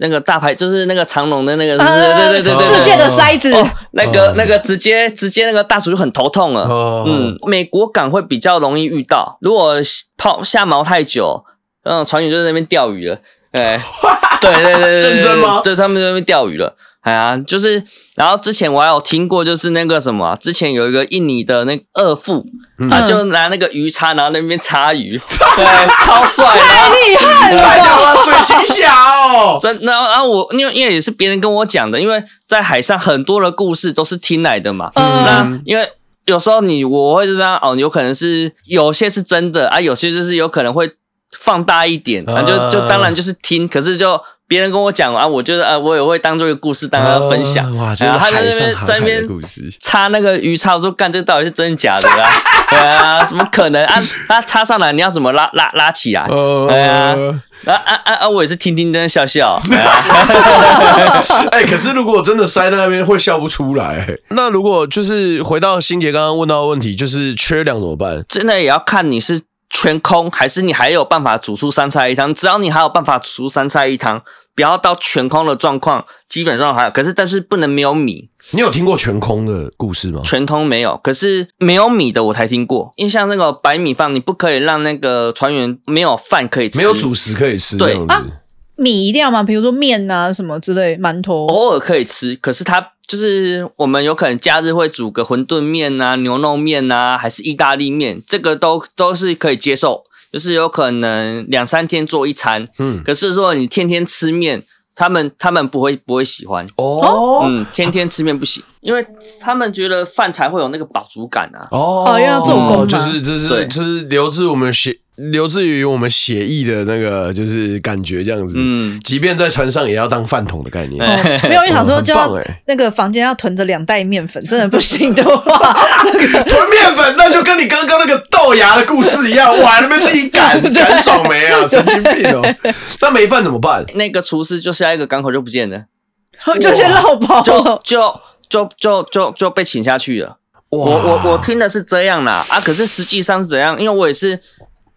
Speaker 4: 那个大牌，就是那个长龙的那个，
Speaker 2: 啊
Speaker 4: 对对对对对，
Speaker 2: 世界的塞子，
Speaker 4: 哦，那个
Speaker 3: 嗯
Speaker 4: 那个直接直接那个大厨就很头痛了。
Speaker 3: 哦，
Speaker 4: 嗯，美国港会比较容易遇到，如果泡下锚太久，嗯，船员就在那边钓鱼了。哎，对对对对对，对
Speaker 3: 认真吗
Speaker 4: 对，他们在那边钓鱼了。哎呀，就是，然后之前我还有听过，就是那个什么啊、之前有一个印尼的那个二副，啊，就拿那个鱼叉，然后那边叉鱼，对，超帅，然后！
Speaker 2: 厉害了
Speaker 3: 太
Speaker 2: 吧，
Speaker 3: 屌了，水行侠哦
Speaker 4: 真，然后然后我因为因为也是别人跟我讲的，因为在海上很多的故事都是听来的嘛，那
Speaker 2: 嗯
Speaker 4: 因为。有时候你我会知道哦，有可能是有些是真的啊，有些就是有可能会放大一点，啊，就就当然就是听，可是就别人跟我讲啊，我觉得啊，我也会当做一个故事，当然要分享。
Speaker 3: 哦哇，这
Speaker 4: 然
Speaker 3: 是
Speaker 4: 后他
Speaker 3: 海
Speaker 4: 在那
Speaker 3: 上
Speaker 4: 边
Speaker 3: 航
Speaker 4: 在
Speaker 3: 海
Speaker 4: 那
Speaker 3: 的
Speaker 4: 边
Speaker 3: 故事。
Speaker 4: 插那个鱼叉，我说干，这到底是真的假的啊？对啊，怎么可能啊？它插上来，你要怎么拉拉拉起来？
Speaker 3: 呃
Speaker 4: 哎呀啊啊啊啊！我也是听听真的笑笑。哎呀
Speaker 3: 哎、可是如果真的塞在那边，会笑不出来。那如果就是回到欣姐刚刚问到的问题，就是缺粮怎么办？
Speaker 4: 真的也要看你是全空，还是你还有办法煮出三菜一汤。只要你还有办法煮出三菜一汤，不要到全空的状况，基本上还有。可是但是不能没有米，
Speaker 3: 你有听过全空的故事吗？
Speaker 4: 全空没有。可是没有米的我才听过，因为像那个白米饭，你不可以让那个船员没有饭可以吃，
Speaker 3: 没有主食可以吃，这
Speaker 4: 对
Speaker 3: 样子。
Speaker 2: 米一定要吗？比如说面啊什么之类，馒头。
Speaker 4: 偶尔可以吃，可是它就是我们有可能假日会煮个馄饨面啊、牛肉面啊，还是意大利面，这个都都是可以接受。就是有可能两三天做一餐，
Speaker 3: 嗯
Speaker 4: 可是说你天天吃面，他们他们不会不会喜欢。
Speaker 3: 哦
Speaker 4: 嗯，天天吃面不行，因为他们觉得饭才会有那个饱足感啊。
Speaker 3: 哦
Speaker 2: 要做
Speaker 4: 功
Speaker 2: 吗
Speaker 3: 就是就是
Speaker 4: 对
Speaker 3: 就是留自我们血。留自于我们写意的那个，就是感觉这样子。
Speaker 4: 嗯哎
Speaker 3: 即便在船上也要当饭桶的概念。
Speaker 2: 没有，因为想说就要
Speaker 3: 很棒欸
Speaker 2: 那个房间要囤着两袋面粉，真的不行的话，
Speaker 3: 吞面粉，那就跟你刚刚那个豆芽的故事一样，哇，那边自己 擀擀爽没啊？神经病哦！那没饭怎么办？
Speaker 4: 那个厨师就下一个港口就不见了，
Speaker 2: 就先绕跑。
Speaker 4: 就就就就就就被请下去了。
Speaker 3: 哇
Speaker 4: 我我我听的是这样啦啊，可是实际上是怎样？因为我也是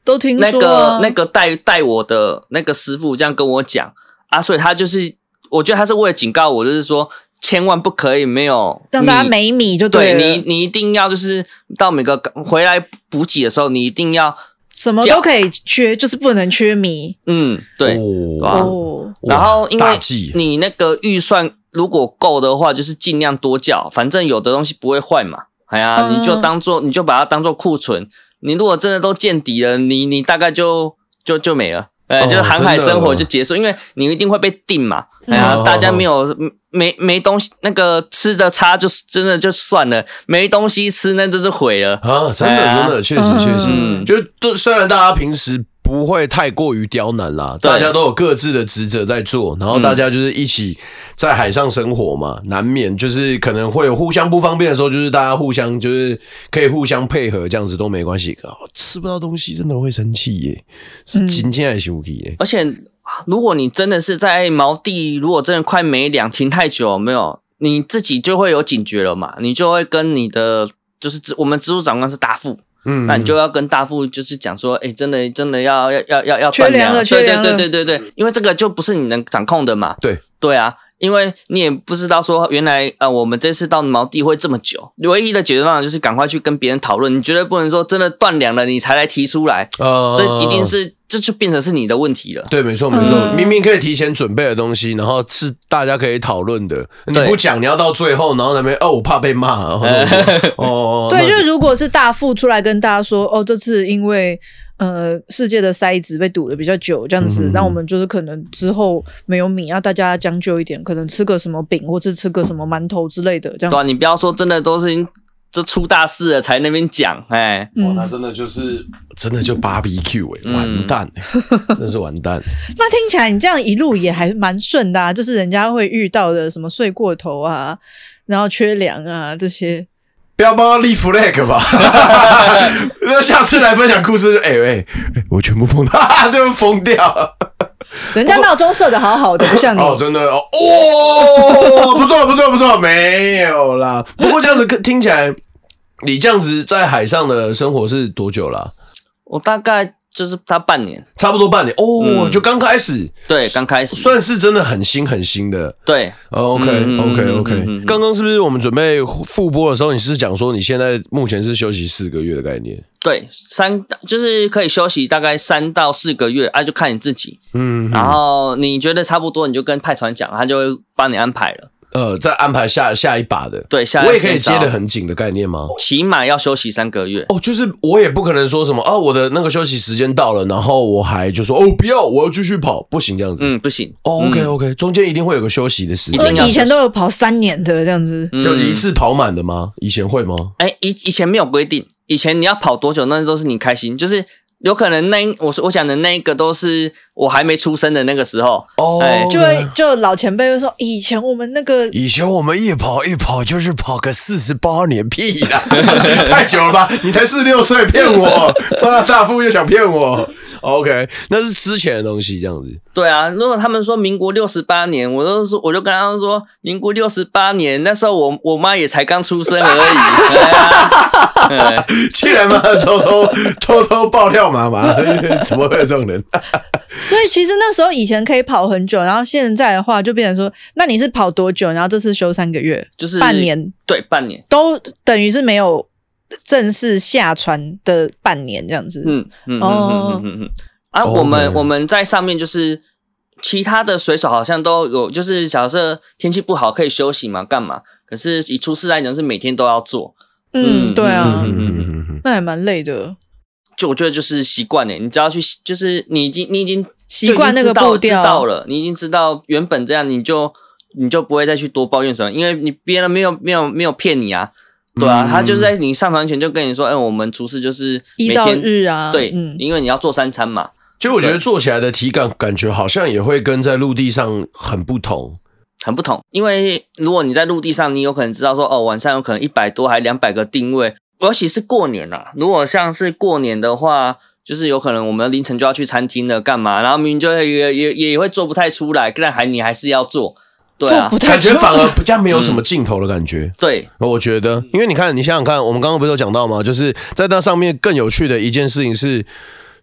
Speaker 2: 都听说
Speaker 4: 那
Speaker 2: 啊
Speaker 4: 个那个带带我的那个师傅这样跟我讲啊，所以他就是我觉得他是为了警告我，就是说千万不可以没有
Speaker 2: 让大家
Speaker 4: 你
Speaker 2: 没米就
Speaker 4: 对
Speaker 2: 了，
Speaker 4: 你你一定要就是到每个港回来补给的时候，你一定要
Speaker 2: 什么都可以缺，就是不能缺米
Speaker 4: 嗯对，
Speaker 3: 哇
Speaker 4: 啊
Speaker 2: 哦。
Speaker 3: 哇
Speaker 4: 然后因
Speaker 3: 大
Speaker 4: 为
Speaker 3: 忌
Speaker 4: 你那个预算如果够的话，就是尽量多叫，反正有的东西不会坏嘛。哎呀，
Speaker 2: 嗯
Speaker 4: 你就当做你就把它当做库存。你如果真的都见底了，你你大概就就就没了。呃，
Speaker 3: 哦
Speaker 4: 就是航海
Speaker 3: 真的
Speaker 4: 生活就结束，因为你一定会被定嘛。哎呀
Speaker 3: 嗯，
Speaker 4: 大家没有没没东西，那个吃的差就是真的就算了，没东西吃那就是毁了。
Speaker 3: 啊，真
Speaker 4: 哎
Speaker 3: 的
Speaker 4: 呀
Speaker 3: 真的，确实确实，
Speaker 4: 嗯
Speaker 3: 就都虽然大家平时不会太过于刁难啦，
Speaker 4: 对嗯
Speaker 3: 大家都有各自的职责在做，然后大家就是一起在海上生活嘛，难免就是可能会有互相不方便的时候，就是大家互相就是可以互相配合，这样子都没关系。哦吃不到东西真的会生气耶，是今天还生气耶。
Speaker 4: 而且，如果你真的是在锚地，如果真的快没两停太久，有没有你自己就会有警觉了嘛，你就会跟你的就是我们支助长官是大副，
Speaker 3: 嗯，
Speaker 4: 那你就要跟大副就是讲说，哎、真的真的要要要要要
Speaker 2: 缺
Speaker 4: 断
Speaker 2: 粮了缺
Speaker 4: 对对
Speaker 2: 粮
Speaker 4: 对
Speaker 2: 了
Speaker 4: 对对对，因为这个就不是你能掌控的嘛，
Speaker 3: 对
Speaker 4: 对啊。因为你也不知道说，原来呃，我们这次到锚地会这么久，唯一的解决方法就是赶快去跟别人讨论。你绝对不能说真的断粮了，你才来提出来，
Speaker 3: 呃
Speaker 4: 这一定是这就变成是你的问题了。
Speaker 3: 对，没错，没错，
Speaker 2: 嗯
Speaker 3: 明明可以提前准备的东西，然后是大家可以讨论的，你
Speaker 4: 对
Speaker 3: 不讲，你要到最后，然后那边哦，我怕被骂，然后 哦哦，
Speaker 2: 对，
Speaker 3: 那
Speaker 2: 就是如果是大副出来跟大家说，哦，这次因为呃世界的塞子被堵的比较久，这样
Speaker 3: 嗯
Speaker 2: 子
Speaker 3: 哼，
Speaker 2: 那、我们就是可能之后没有米，啊要大家将就一点，可能吃个什么饼或者吃个什么馒头之类的，这
Speaker 4: 对
Speaker 2: 样。
Speaker 4: 啊，你不要说真的都是已经这出大事了才那边讲，哎，
Speaker 2: 嗯，
Speaker 3: 哇，那真的就是真的就 BBQ 哎、
Speaker 4: 嗯
Speaker 3: 完蛋、欸，真是完蛋。
Speaker 2: 那听起来你这样一路也还蛮顺的、啊，就是人家会遇到的什么睡过头啊，然后缺粮啊这些。
Speaker 3: 不要帮他立 flag 吧，那下次来分享故事就哎哎、哎我全部碰到 就疯掉了。
Speaker 2: 人家闹钟设的好好的，不像你。
Speaker 3: 哦，真的哦，哦， 不错不错不错，没有啦。不过这样子听起来，你这样子在海上的生活是多久啦、
Speaker 4: 我大概就是他半年，
Speaker 3: 差不多半年哦，
Speaker 4: 嗯
Speaker 3: 就刚开始，
Speaker 4: 对，刚开始，
Speaker 3: 算是真的很新很新的。哦
Speaker 4: 对，
Speaker 3: OK
Speaker 4: 嗯
Speaker 3: OK
Speaker 4: 嗯嗯
Speaker 3: OK，
Speaker 4: 嗯
Speaker 3: 刚刚是不是我们准备复播的时候，你是讲说你现在目前是休息四个月的概念？
Speaker 4: 对，三就是可以休息大概三到四个月，啊，就看你自己，
Speaker 3: 嗯，
Speaker 4: 然后你觉得差不多，你就跟派船讲，他就会帮你安排了。
Speaker 3: 呃，再安排下下一把的，
Speaker 4: 对，下
Speaker 3: 我
Speaker 4: 一
Speaker 3: 也可以
Speaker 4: 线
Speaker 3: 接
Speaker 4: 招
Speaker 3: 的，很紧的概念吗？
Speaker 4: 起码要休息三个月。
Speaker 3: 哦，就是我也不可能说什么啊，我的那个休息时间到了，然后我还就说哦不要，我要继续跑，不行这样子。
Speaker 4: 嗯，不行，
Speaker 3: 哦，OK
Speaker 4: 嗯
Speaker 3: OK，中间一定会有个休息的时
Speaker 4: 一定要
Speaker 3: 间，
Speaker 2: 以前都有跑三年的这样子，
Speaker 4: 嗯
Speaker 3: 就一次跑满的吗？以前会吗？
Speaker 4: 哎，以以前没有规定，以前你要跑多久，那都是你开心，就是有可能那一我说我讲的那一个都是我还没出生的那个时候，
Speaker 3: 哦
Speaker 4: 哎，
Speaker 2: 就会就老前辈会说，以前我们那个
Speaker 3: 以前我们一跑一跑就是跑个四十八年，屁 啦，太久了吧？你才四六岁，骗我！妈大富又想骗我。OK，那是之前的东西，这样子。
Speaker 4: 对啊，如果他们说民国六十八年，我都说我就跟他们说民国六十八年，那时候我我妈也才刚出生而已。对啊，
Speaker 3: 竟然嘛，偷偷偷偷爆料妈 妈，怎么会有这种人？
Speaker 2: 所以其实那时候以前可以跑很久，然后现在的话就变成说，那你是跑多久？然后这次休三个月，
Speaker 4: 就是
Speaker 2: 半，年，
Speaker 4: 对，半年。
Speaker 2: 都等于是没有正式下船的半年这样子。
Speaker 4: 嗯嗯嗯
Speaker 2: 哦
Speaker 4: 嗯嗯嗯嗯。啊，
Speaker 3: OK
Speaker 4: 我们我们在上面就是其他的水手好像都有，就是假设天气不好可以休息嘛，干嘛？可是以出事来讲是每天都要做，
Speaker 2: 嗯，对啊，
Speaker 4: 嗯
Speaker 2: 那还蛮累的。
Speaker 4: 欸就我觉得就是习惯了，你只要去，就是你已经你已经
Speaker 2: 习惯那个步
Speaker 4: 就已经知
Speaker 2: 调
Speaker 4: 道知道了，你已经知道原本这样，你就你就不会再去多抱怨什么，因为你别人没有没有没有骗你啊，对啊，
Speaker 3: 嗯
Speaker 4: 他就是在你上船前就跟你说，哎、我们厨师就是
Speaker 2: 一
Speaker 4: 每
Speaker 2: 到
Speaker 4: 天
Speaker 2: 日啊，
Speaker 4: 对，
Speaker 2: 嗯，
Speaker 4: 因为你要做三餐嘛，
Speaker 3: 其实我觉得做起来的体感感觉好像也会跟在陆地上很不同。
Speaker 4: 很不同。因为如果你在陆地上，你有可能知道说，哦，晚上有可能一百多还两百个定位，尤其是过年啊。如果像是过年的话，就是有可能我们凌晨就要去餐厅了，干嘛？然后明明就会也也也会做不太出来，但还你还是要做，对
Speaker 2: 做
Speaker 4: 啊
Speaker 2: 不，太
Speaker 3: 感觉
Speaker 2: 出
Speaker 3: 反而比较没有什么尽头的感觉。
Speaker 4: 对，
Speaker 3: 我觉得，
Speaker 2: 嗯
Speaker 3: 因为你看，你想想看，我们刚刚不是有讲到吗？就是在那上面更有趣的一件事情是，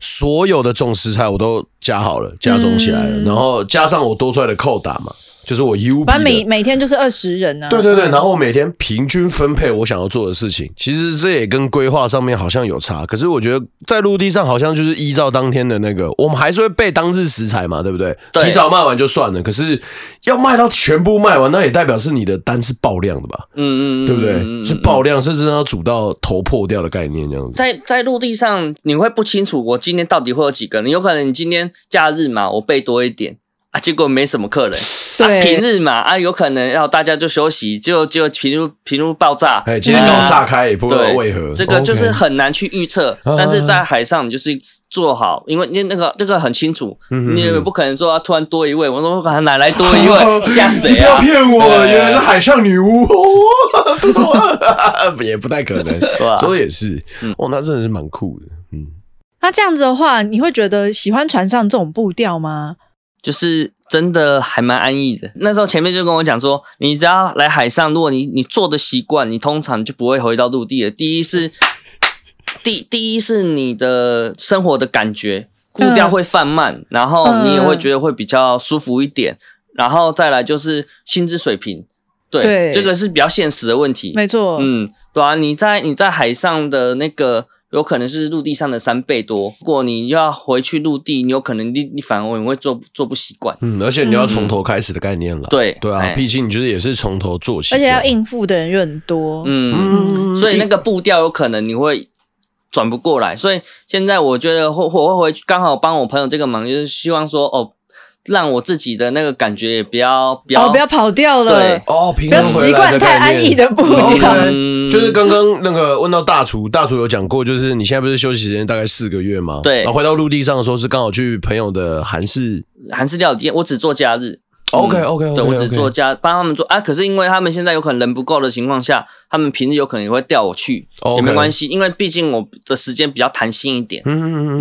Speaker 3: 所有的种食材我都加好了，加总起来了，
Speaker 2: 嗯
Speaker 3: 然后加上我多出来的扣打嘛，就是我 U
Speaker 2: 反正每
Speaker 3: B 的。
Speaker 2: 每天就是二十人
Speaker 4: 嗯
Speaker 2: 啊，
Speaker 3: 对对对，然后我每天平均分配我想要做的事情，其实这也跟规划上面好像有差。可是我觉得在陆地上好像就是依照当天的那个，我们还是会备当日食材嘛，对不对？
Speaker 4: 对
Speaker 3: 提早卖完就算了，可是要卖到全部卖完，那也代表是你的单是爆量的吧？
Speaker 4: 嗯嗯嗯，
Speaker 3: 对不
Speaker 4: 嗯
Speaker 3: 对？
Speaker 4: 嗯
Speaker 3: 是
Speaker 4: 嗯
Speaker 3: 爆量，甚至要煮到头破掉的概念这样子。
Speaker 4: 在在陆地上，你会不清楚我今天到底会有几个人。有可能你今天假日嘛，我备多一点啊，结果没什么客人。
Speaker 2: 对
Speaker 4: 啊、平日嘛啊，有可能要大家就休息，就就平日平日爆炸。
Speaker 3: 哎，今天
Speaker 4: 啊
Speaker 3: 搞炸开也不知道
Speaker 4: 对，
Speaker 3: 为何，
Speaker 4: 这个就是
Speaker 3: OK
Speaker 4: 很难去预测。
Speaker 3: 啊
Speaker 4: 但是在海上，你就是做好，因为那那个这个很清楚，
Speaker 3: 嗯嗯
Speaker 4: 你也
Speaker 3: 嗯
Speaker 4: 不可能说啊突然多一位，我说啊哪来 多 一位，吓
Speaker 3: 你
Speaker 4: 谁
Speaker 3: 不要
Speaker 4: 啊？
Speaker 3: 骗我，
Speaker 4: 对
Speaker 3: 原来是海上女巫，哦不是我哦 也不太可能
Speaker 4: 吧，
Speaker 3: 说的也是
Speaker 4: 嗯，
Speaker 3: 哦，那真的是蛮酷的，嗯，
Speaker 2: 那这样子的话，你会觉得喜欢船上这种步调吗？
Speaker 4: 就是真的还蛮安逸的。那时候前面就跟我讲说，你只要来海上，如果你你做的习惯，你通常就不会回到陆地了。第一是，第第一是你的生活的感觉步调会放慢，然后你也会觉得会比较舒服一点，然后再来就是薪资水平。对，
Speaker 2: 对
Speaker 4: 这个是比较现实的问题。
Speaker 2: 没错，
Speaker 4: 嗯，对啊，你在你在海上的那个有可能是陆地上的三倍多。如果你要回去陆地，你有可能你你反而你会做做不习惯。
Speaker 3: 嗯，而且你要从头开始的概念了，
Speaker 4: 对
Speaker 3: 对啊
Speaker 4: 哎，
Speaker 3: 毕竟你就是也是从头做起，啊
Speaker 2: 而且要，应付的人又很多，
Speaker 4: 嗯，
Speaker 3: 嗯，
Speaker 4: 所以那个步调有可能你会转不过来。所以现在我觉得会我会回刚好帮我朋友这个忙，就是希望说哦，让我自己的那个感觉也不要不要、
Speaker 2: 哦，不要跑掉了
Speaker 4: 对，
Speaker 3: 哦，平
Speaker 2: 不要
Speaker 3: 衡回
Speaker 2: 习
Speaker 3: 来
Speaker 2: 惯
Speaker 3: 的
Speaker 2: 太
Speaker 3: 概
Speaker 2: 安
Speaker 3: 念
Speaker 2: 逸的步
Speaker 3: 哦
Speaker 2: 调。
Speaker 3: OK
Speaker 4: 嗯
Speaker 3: 就是刚刚那个问到大厨，大厨有讲过，就是你现在不是休息时间大概四个月吗？
Speaker 4: 对
Speaker 3: 然后回到陆地上的时候是刚好去朋友的韩式。
Speaker 4: 韩式料理店，我只做假日。
Speaker 3: OK OK，
Speaker 4: 对我只做家帮他们做啊，可是因为他们现在有可能人不够的情况下，他们平日有可能也会调我去
Speaker 3: OK
Speaker 4: 也没关系，因为毕竟我的时间比较弹性一点。
Speaker 3: 嗯嗯嗯嗯。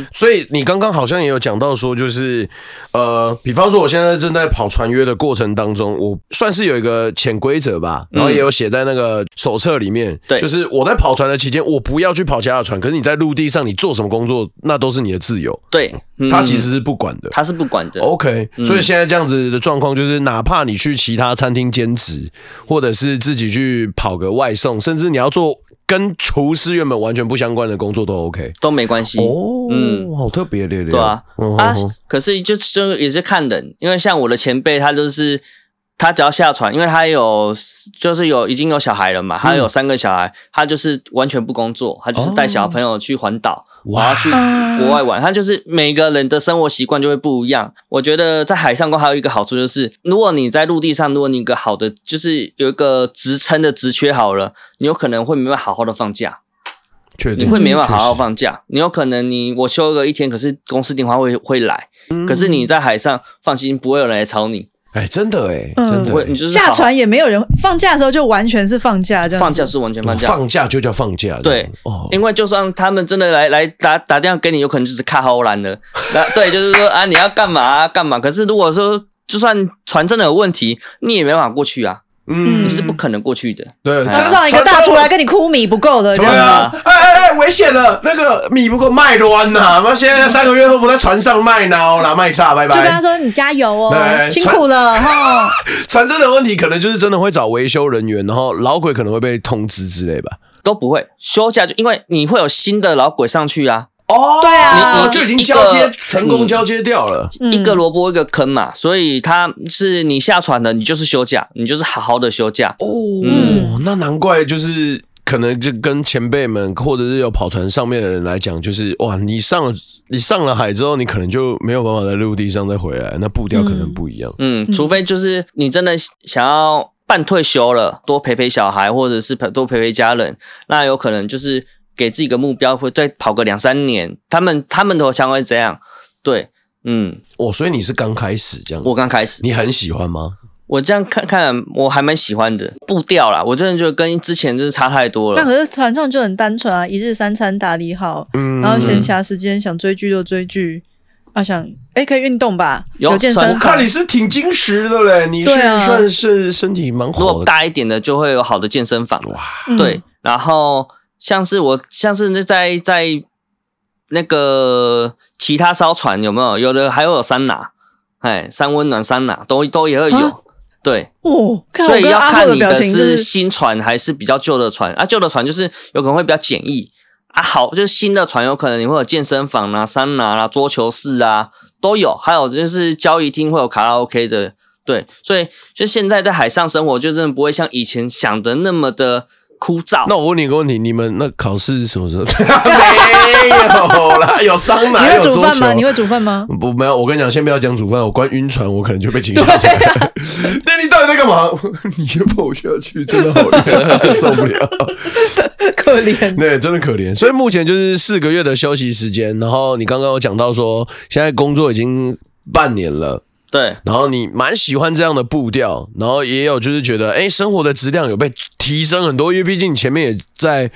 Speaker 4: 嗯，
Speaker 3: 所以你刚刚好像也有讲到说，就是呃，比方说我现在正在跑船约的过程当中，我算是有一个潜规则吧，然后也有写在那个手册里面。
Speaker 4: 嗯对
Speaker 3: 就是我在跑船的期间，我不要去跑其他的船。可是你在陆地上，你做什么工作，那都是你的自由，
Speaker 4: 对，嗯
Speaker 3: 他其实哦是不管的。
Speaker 4: 他是不管的。嗯
Speaker 3: OK，所以现在这样子的状况就是，哪怕你去其他餐厅兼职，或者是自己去跑个外送，甚至你要做跟厨师原本完全不相关的工作都 OK。
Speaker 4: 都没关系。
Speaker 3: 哦，
Speaker 4: 嗯
Speaker 3: 好特别的，
Speaker 4: 对啊，
Speaker 3: 嗯
Speaker 4: 啊
Speaker 3: 哼哼，
Speaker 4: 可是就就也是看人，因为像我的前辈，他就是他只要下船，因为他有就是有已经有小孩了嘛，他
Speaker 3: 嗯
Speaker 4: 有三个小孩，他就是完全不工作，他就是带小朋友去环岛，我
Speaker 3: 哦哇
Speaker 4: 要去
Speaker 2: 啊
Speaker 4: 国外玩，他就是每个人的生活习惯就会不一样。我觉得在海上工还有一个好处就是，如果你在陆地上，如果你有一个好的就是有一个职称的职缺好了，你有可能会没办法好好的放假。
Speaker 3: 确定
Speaker 4: 你会没办法
Speaker 3: 确实
Speaker 4: 好好放假，你有可能你我休个一天，可是公司电话会会来，
Speaker 2: 嗯
Speaker 4: 可是你在海上放心，不会有人来吵你，
Speaker 3: 哎，真的哎，
Speaker 2: 嗯
Speaker 3: 真的
Speaker 4: 不会，你就是
Speaker 2: 下
Speaker 4: 好
Speaker 2: 船也没有人，放假的时候就完全是放假这样子。
Speaker 4: 放假是完全放假，
Speaker 3: 放假就叫放假，这
Speaker 4: 对
Speaker 3: 样哦，
Speaker 4: 因为就算他们真的来来打打电话给你，有可能就是卡好兰的，那对，就是说啊你要干嘛啊干嘛，可是如果说就算船真的有问题，你也没办法过去啊，
Speaker 3: 嗯
Speaker 4: 你，是不可能过去的，
Speaker 3: 对，
Speaker 4: 啊
Speaker 2: 就是让一个大厨来跟你哭米不够的这
Speaker 3: 对
Speaker 2: 样子。
Speaker 3: 啊，哎哎哎，危险了！那个米不够卖端呐，妈现在三个月都不在船上卖孬啦，卖炸，拜
Speaker 2: 就跟他
Speaker 3: 拜。
Speaker 2: 说你加油
Speaker 3: 啊对
Speaker 2: 哦，辛苦了哈。
Speaker 3: 船真的问题可能就是真的会找维修人员，然后老鬼可能会被通知之类吧。
Speaker 4: 都不会休假就因为你会有新的老鬼上去啊，
Speaker 3: 哦，
Speaker 2: 对啊
Speaker 3: 你就已经交
Speaker 4: 一
Speaker 3: 接
Speaker 4: 个
Speaker 3: 成功交接掉了。
Speaker 2: 嗯
Speaker 4: 一个萝卜一个坑嘛，所以他是你下船了，你就是休假，你就是好好的休假。
Speaker 3: 哦
Speaker 4: 嗯，
Speaker 3: 那难怪就是可能就跟前辈们或者是有跑船上面的人来讲，就是哇，你上了你上了海之后，你可能就没有办法在陆地上再回来，那步调可能不一样。
Speaker 4: 嗯，除非就是你真的想要半退休了，多陪陪小孩，或者是陪多陪陪家人，那有可能就是给自己个目标，会再跑个两三年。他们他们的想法是这样，对，嗯，
Speaker 3: 哦，所以你是刚开始这样，
Speaker 4: 我刚开始，
Speaker 3: 你很喜欢吗？
Speaker 4: 我这样看看，我还蛮喜欢的步调啦。我真的觉得跟之前真是差太多
Speaker 2: 但
Speaker 4: 了。
Speaker 2: 可是团上就很单纯啊，一日三餐打理好，
Speaker 3: 嗯
Speaker 2: 然后闲暇时间想追剧就追剧，啊想哎可以运动吧，
Speaker 4: 有
Speaker 2: 健
Speaker 4: 算
Speaker 2: 身
Speaker 4: 是
Speaker 3: 我看你是挺矜持的嘞，你是
Speaker 2: 对啊
Speaker 3: 算是身体蛮
Speaker 4: 如
Speaker 3: 好
Speaker 4: 果
Speaker 3: 的。
Speaker 4: 大一点的，就会有好的健身房了。
Speaker 2: 嗯
Speaker 4: 对，然后像是我，像是那在在那个其他烧船有没有？有的还会有桑拿，哎，三温暖桑拿都都也会有。
Speaker 2: 啊
Speaker 4: 对，
Speaker 2: 哦，看
Speaker 4: 所
Speaker 2: 我
Speaker 4: 以
Speaker 2: 跟
Speaker 4: 要
Speaker 2: 阿浩
Speaker 4: 看你
Speaker 2: 表情就是是
Speaker 4: 新船还是比较旧的船啊。旧的船就是有可能会比较简易啊，好，就是新的船有可能你会有健身房啊、桑拿啊、桌球室啊都有，还有就是交易厅会有卡拉 OK 的。对，所以就现在在海上生活，就真的不会像以前想的那么的枯燥。
Speaker 3: 那我问你一个问题，你们那考试是 什么时候？没有啦，有桑
Speaker 2: 你
Speaker 3: 拿，
Speaker 2: 会
Speaker 3: 有
Speaker 2: 煮
Speaker 3: 桌
Speaker 2: 饭
Speaker 3: 球
Speaker 2: 吗？。你会煮饭吗？
Speaker 3: 不，没有。我跟你讲，先不要讲煮饭，我光晕船，我可能就被请下船。
Speaker 2: 啊
Speaker 3: 那你到底在干嘛？ 你先跑下去，真的好 晕，受不了。
Speaker 2: 可怜，
Speaker 3: 对，真的可怜。所以目前就是四个月的休息时间。然后你刚刚有讲到说，现在工作已经半年了。
Speaker 4: 对，
Speaker 3: 然后你蛮喜欢这样的步调，然后也有就是觉得，哎，生活的质量有被提升很多，因为毕竟你前面也在，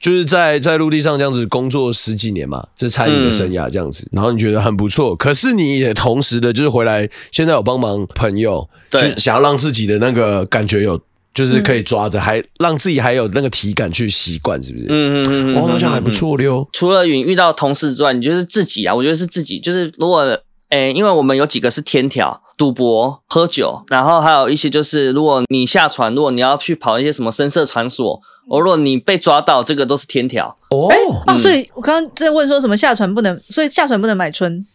Speaker 3: 就是在在陆地上这样子工作十几年嘛，这餐饮的生涯这样子，然后你觉得很不错，可是你也同时的就是回来，现在有帮忙朋友，就
Speaker 4: 对
Speaker 3: 是想要让自己的那个感觉有，就是可以抓着，还让自己还有那个体感去习惯，是不是？
Speaker 4: 嗯嗯嗯嗯，
Speaker 3: 哦，那这样还不
Speaker 4: 嗯。嗯
Speaker 3: 错溜。
Speaker 4: 除了你遇到同事之外，你就是自己啊，我觉得是自己，就是如果诶、因为我们有几个是天条，赌博、喝酒，然后还有一些就是，如果你下船，如果你要去跑一些什么深色场所，哦，如果你被抓到，这个都是天条。
Speaker 3: 哦，
Speaker 2: 啊，所以我刚刚在问说什么下船不能，所以下船不能买春。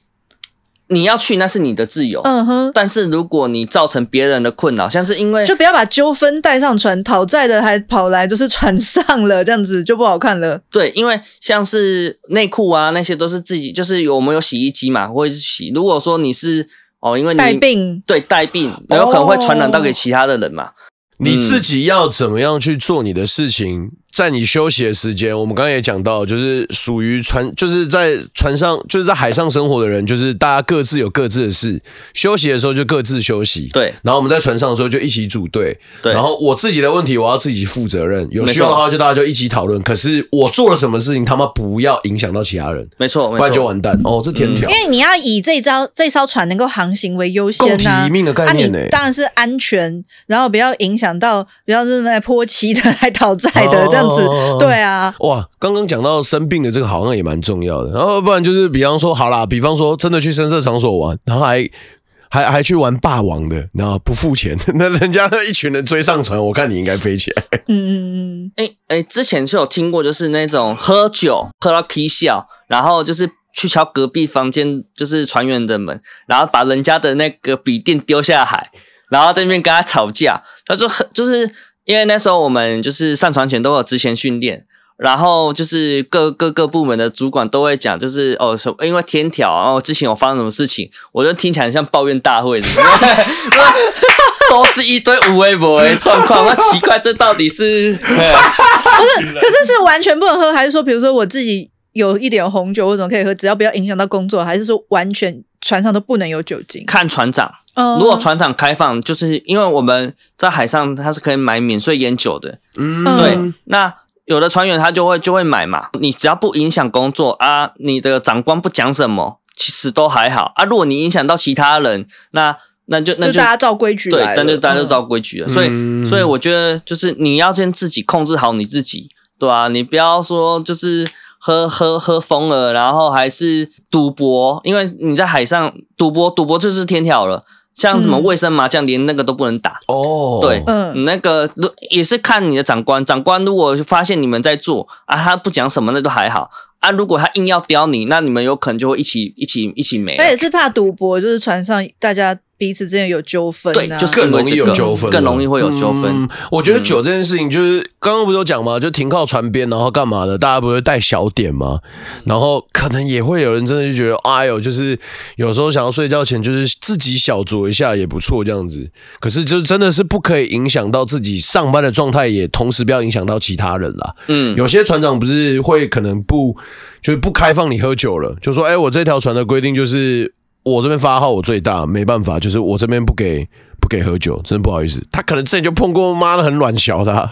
Speaker 4: 你要去那是你的自由，
Speaker 2: 嗯哼，
Speaker 4: 但是如果你造成别人的困扰，像是因为
Speaker 2: 就不要把纠纷带上船，讨债的还跑来就是船上了，这样子就不好看了。
Speaker 4: 对，因为像是内裤啊那些都是自己，就是有我们有洗衣机嘛，会洗。如果说你是哦，因为你
Speaker 2: 带病，
Speaker 4: 对带病，有可能会传染到给其他的人嘛。
Speaker 2: 嗯
Speaker 3: 你自己要怎么样去做你的事情，在你休息的时间，我们刚刚也讲到，就是属于船，就是在船上，就是在海上生活的人，就是大家各自有各自的事，休息的时候就各自休息。。
Speaker 4: 对
Speaker 3: 然后我们在船上的时候就一起组队，
Speaker 4: 对，
Speaker 3: 然后我自己的问题我要自己负责任，有
Speaker 4: 没错
Speaker 3: 需要的话就大家就一起讨论。可是我做了什么事情，他妈不要影响到其他人，
Speaker 4: 没错，
Speaker 3: 不
Speaker 4: 没
Speaker 3: 然就
Speaker 4: 错，
Speaker 3: 完蛋哦。这天条
Speaker 2: 因，为你要以这艘这艘船能够航行为优先
Speaker 3: 共体
Speaker 2: 呐、啊
Speaker 3: 一。命的概
Speaker 2: 啊，你
Speaker 3: 念呢、欸
Speaker 2: 当然是安全，然后不要影响到，不要是来泼漆的、来讨债的
Speaker 3: 哦
Speaker 2: 这样子，对啊，
Speaker 3: 哇，刚刚讲到生病的这个好像也蛮重要的，然后不然就是比方说，好啦，比方说真的去深色场所玩，然后还还还去玩霸王的，然后不付钱，那人家那一群人追上船，我看你应该飞起来。
Speaker 2: 嗯嗯嗯，
Speaker 4: 哎哎、之前是有听过，就是那种喝酒喝到 K 笑，然后就是去敲隔壁房间，就是船员的门，然后把人家的那个笔电丢下海，然后在那边跟他吵架。他说很，就是因为那时候我们就是上船前都有职前训练。然后就是各各个部门的主管都会讲，就是哦什么，因为天条，然、后之前有发生什么事情，我就听起来很像抱怨大会的， 都是一堆无微不微状况，我奇怪这到底是
Speaker 2: 可是是完全不能喝，还是说，比如说我自己有一点红酒，我怎么可以喝？只要不要影响到工作，还是说完全船上都不能有酒精？
Speaker 4: 看船长，
Speaker 2: 嗯
Speaker 4: 如果船长开放，就是因为我们在海上它是可以买免税烟酒的，
Speaker 3: 嗯，
Speaker 4: 对，
Speaker 2: 嗯
Speaker 4: 那。有的船员他就会就会买嘛，你只要不影响工作啊，你的长官不讲什么，其实都还好啊。如果你影响到其他人，那那就那
Speaker 2: 嗯就大家照规矩
Speaker 4: 对
Speaker 2: 来，
Speaker 4: 但就
Speaker 2: 了
Speaker 4: 大家就
Speaker 2: 嗯
Speaker 4: 照规矩了。所
Speaker 3: 嗯
Speaker 4: 以，所以我觉得就是你要先自己控制好你自己，对啊，你不要说就是喝喝喝疯了，然后还是赌博，因为你在海上赌博，赌博就是天条了。像什么
Speaker 2: 嗯
Speaker 4: 卫生麻将，连那个都不能打。
Speaker 3: 哦，
Speaker 4: 对，
Speaker 2: 嗯
Speaker 4: 那个如也是看你的长官，长官如果发现你们在做啊，他不讲什么那都还好啊。如果他硬
Speaker 2: 哎
Speaker 4: 要刁你，那你们有可能就会一起一起一起没了。
Speaker 2: 他也是怕赌博，就是船上大家彼此之间有纠纷、啊，
Speaker 4: 对，就是
Speaker 3: 更容易有
Speaker 4: 因为这个
Speaker 3: 纠纷了
Speaker 4: 更容易会有纠纷
Speaker 3: 嗯。我觉得酒这件事情，就是刚刚不是有讲吗？就停靠船边，然后干嘛的？大家不是带小点吗？
Speaker 4: 嗯
Speaker 3: 然后可能也会有人真的就觉得，哎呦，就是有时候想要睡觉前，就是自己小酌一下也不错，这样子。可是就真的是不可以影响到自己上班的状态，也同时不要影响到其他人啦。
Speaker 4: 嗯，
Speaker 3: 有些船长不是会可能不就是不开放你喝酒了，就说哎、我这条船的规定就是我这边发号我最大，没办法，就是我这边不给不给喝酒，真的不好意思。他可能之前就碰过，妈的很软小的啊、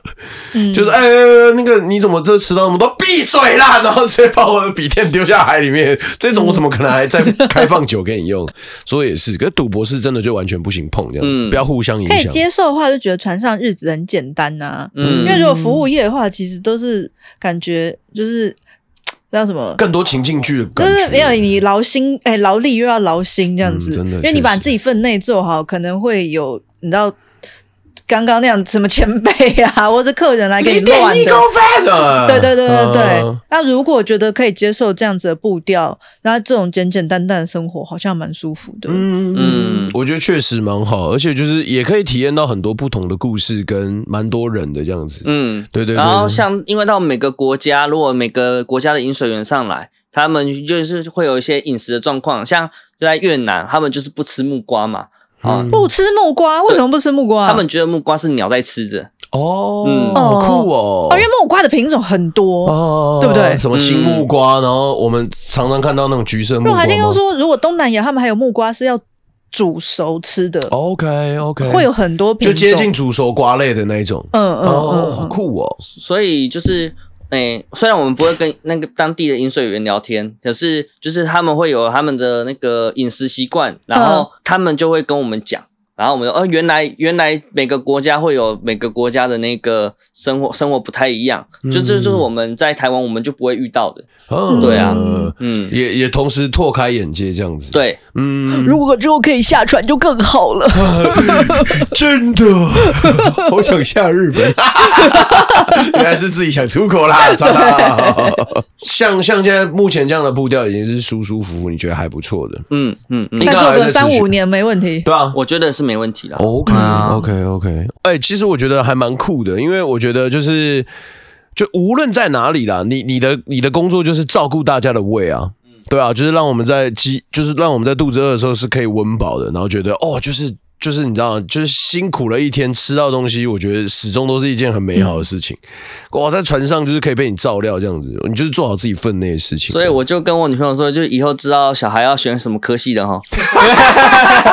Speaker 2: 嗯
Speaker 3: 就是哎、哎哎那个你怎么这迟到那么多？闭嘴啦！然后直接把我的笔电丢下海里面，这种我怎么可能还在开放酒给你用？所以也是，可是赌博是真的就完全不行碰这样子，
Speaker 4: 嗯
Speaker 3: 不要互相影
Speaker 2: 可以
Speaker 3: 响。
Speaker 2: 接受的话，就觉得船上日子很简单呐、
Speaker 4: 嗯
Speaker 2: 因为如果服务业的话，其实都是感觉就是叫什么，
Speaker 3: 更多情境剧的
Speaker 2: 就
Speaker 3: 感觉，
Speaker 2: 是没有你劳心哎，劳力又要劳心这样子，
Speaker 3: 嗯真的
Speaker 2: 因为你把
Speaker 3: 确实
Speaker 2: 自己分内做好，可能会有你知道刚刚那样什么前辈啊，或者客人来给你乱
Speaker 3: 一
Speaker 2: 的。
Speaker 3: 公分的，
Speaker 2: 对对对对对
Speaker 3: 嗯，
Speaker 2: 那如果觉得可以接受这样子的步调，然后这种简简单单的生活，好像蛮舒服的。
Speaker 3: 嗯
Speaker 4: 嗯
Speaker 3: 我觉得确实蛮好，而且就是也可以体验到很多不同的故事跟蛮多人的这样子。
Speaker 4: 嗯，
Speaker 3: 对对对，
Speaker 4: 然后
Speaker 3: 对
Speaker 4: 像因为到每个国家，如果每个国家的饮水员上来，他们就是会有一些饮食的状况，像就在越南，他们就是不吃木瓜嘛，啊、
Speaker 3: 嗯
Speaker 2: 不吃木瓜，为什么不吃木瓜？
Speaker 4: 他们觉得木瓜是鸟在吃的，
Speaker 3: 哦，
Speaker 4: 嗯
Speaker 3: 好酷哦，
Speaker 2: 哦，因为木瓜的品种很多。
Speaker 3: 哦，
Speaker 2: 对不对嗯
Speaker 3: 什么青木瓜，然后我们常常看到那种橘色木
Speaker 2: 陆
Speaker 3: 瓜
Speaker 2: 海
Speaker 3: 吗
Speaker 2: 听又说，如果东南亚他们还有木瓜是要煮熟吃的，
Speaker 3: ，OK OK，
Speaker 2: 会有很多品
Speaker 3: 哦就
Speaker 2: 种，
Speaker 3: 接近煮熟瓜类的那一种。
Speaker 2: 嗯嗯
Speaker 3: 哦，好
Speaker 2: 嗯嗯，
Speaker 3: 酷哦，
Speaker 4: 所以就是。诶、虽然我们不会跟那个当地的饮水员聊天，可是就是他们会有他们的那个饮食习惯，然后他们就会跟我们讲，然后我们说，哦、原来原来每个国家会有每个国家的那个生活生活不太一样，就这就是我们在台湾我们就不会遇到的，
Speaker 3: 嗯，
Speaker 4: 对啊
Speaker 3: 呃
Speaker 4: 嗯，
Speaker 3: 也也同时拓开眼界这样子。，
Speaker 4: 对，
Speaker 3: 嗯，
Speaker 2: 如果之后可以下船就更好了。
Speaker 3: 真的，好想下日 本。原来是自己想出国啦，长大。像像现在目前这样的步调，已经是舒舒服服，你觉得还不错的，
Speaker 4: 嗯嗯嗯，
Speaker 2: 再
Speaker 3: 该
Speaker 2: 做
Speaker 3: 还在
Speaker 2: 个
Speaker 3: 持续
Speaker 2: 三五年没问题。
Speaker 3: 对啊。
Speaker 4: 我觉得是没问题的。
Speaker 3: OK
Speaker 4: 对啊
Speaker 3: OK OK，哎、其实我觉得还蛮酷的，因为我觉得就是。就无论在哪里啦，你你的你的工作就是照顾大家的胃啊，对啊，就是让我们在饥，就是让我们在肚子饿的时候是可以温饱的，然后觉得哦，就是就是你知道，就是辛苦了一天吃到东西，我觉得始终都是一件很美好的事情。
Speaker 4: 嗯
Speaker 3: 哇，在船上就是可以被你照料这样子，你就是做好自己分内的事情。
Speaker 4: 所以我就跟我女朋友说，就以后知道小孩要选什么科系的哈。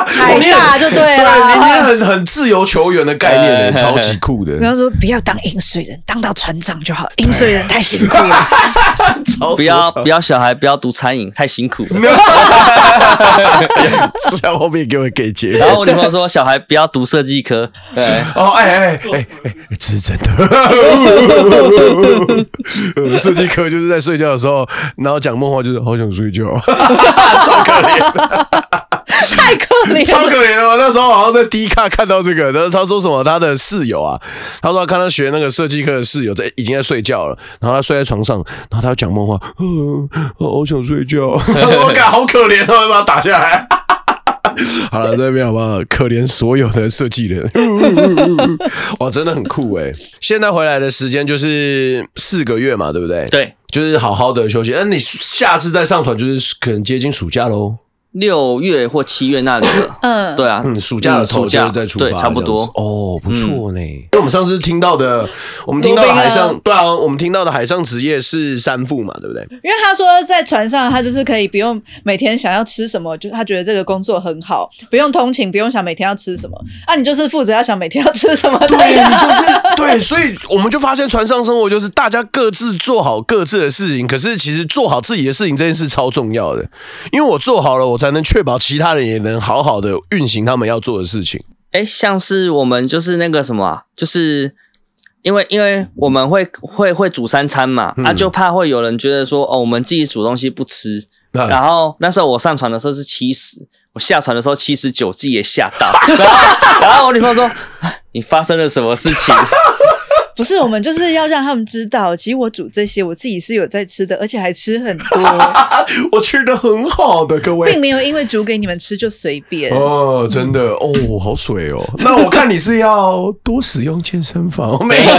Speaker 2: 海大就对
Speaker 3: 对，啊你你
Speaker 2: 了。
Speaker 3: 很很自由球员的概念、超级酷的
Speaker 2: 比，方说，不要当饮水人，当到船长就好。饮水人太辛苦 了。
Speaker 3: 超
Speaker 4: 不要不要小孩不要读餐饮，太辛苦了。
Speaker 3: 是在哎后面给我给结
Speaker 4: 然后我女朋友说，小孩不要读设计科。对，
Speaker 3: 哦，哎哎哎哎，这是真的。 呃设计课就是在睡觉的时候，然后讲梦话，就是好想睡觉，超可怜，
Speaker 2: 太可怜了，
Speaker 3: 超可怜的。我那时候好像在 D 卡看到这个，然后他说什么，他的室友啊，他说他看他学那个设计课的室友在已经在睡觉了，然后他睡在床上，然后他讲梦话，嗯，好想睡觉。 他说我感好可怜哦，我要把他打下来。 好了，这边好不好？可怜所有的设计人， 哇，真的很酷哎！现在回来的时间就是四个月嘛，对不对？，
Speaker 4: 对，
Speaker 3: 就是好好的休息。那你下次再上船，就是可能接近暑假喽。
Speaker 4: 六月或七月那里了。
Speaker 2: 嗯，
Speaker 4: 对啊，
Speaker 3: 嗯，暑假的头
Speaker 4: 暑
Speaker 3: 就
Speaker 4: 假
Speaker 3: 是再出发，
Speaker 4: 对，差不
Speaker 3: 这样子
Speaker 4: 多。
Speaker 3: 哦，不错呢。因为我们上次听到的，我们听到的
Speaker 2: 罗宾啊
Speaker 3: 海上，对啊，我们听到的海上职业是三副嘛，对不对？
Speaker 2: 因为他说在船上，他就是可以不用每天想要吃什么，就他觉得这个工作很好，不用通勤，不用想每天要吃什么。啊，你就是负责要想每天要吃什么的
Speaker 3: 对，
Speaker 2: 人。
Speaker 3: 你就是对，所以我们就发现船上生活就是大家各自做好各自的事情，可是其实做好自己的事情这件事超重要的，因为我做好了，我才能确保其他人也能好好的运行他们要做的事情。
Speaker 4: 哎，像是我们就是那个什么啊，就是因为因为我们会会会煮三餐嘛，啊，就怕会有人觉得说哦，我们自己煮东西不吃，
Speaker 3: 那
Speaker 4: 然后那时候我上船的时候是七十，我下船的时候七十九， 自己也吓到。然后然后我女朋友说哎：“你发生了什么事情？”
Speaker 2: 不是，我们就是要让他们知道，其实我煮这些我自己是有在吃的，而且还吃很多，
Speaker 3: 我吃的很好的，各
Speaker 2: 并
Speaker 3: 位。
Speaker 2: 没有因为煮给你们吃就随便。
Speaker 3: 哦，真的哦，好水哦。那我看你是要多使用健身房，没 有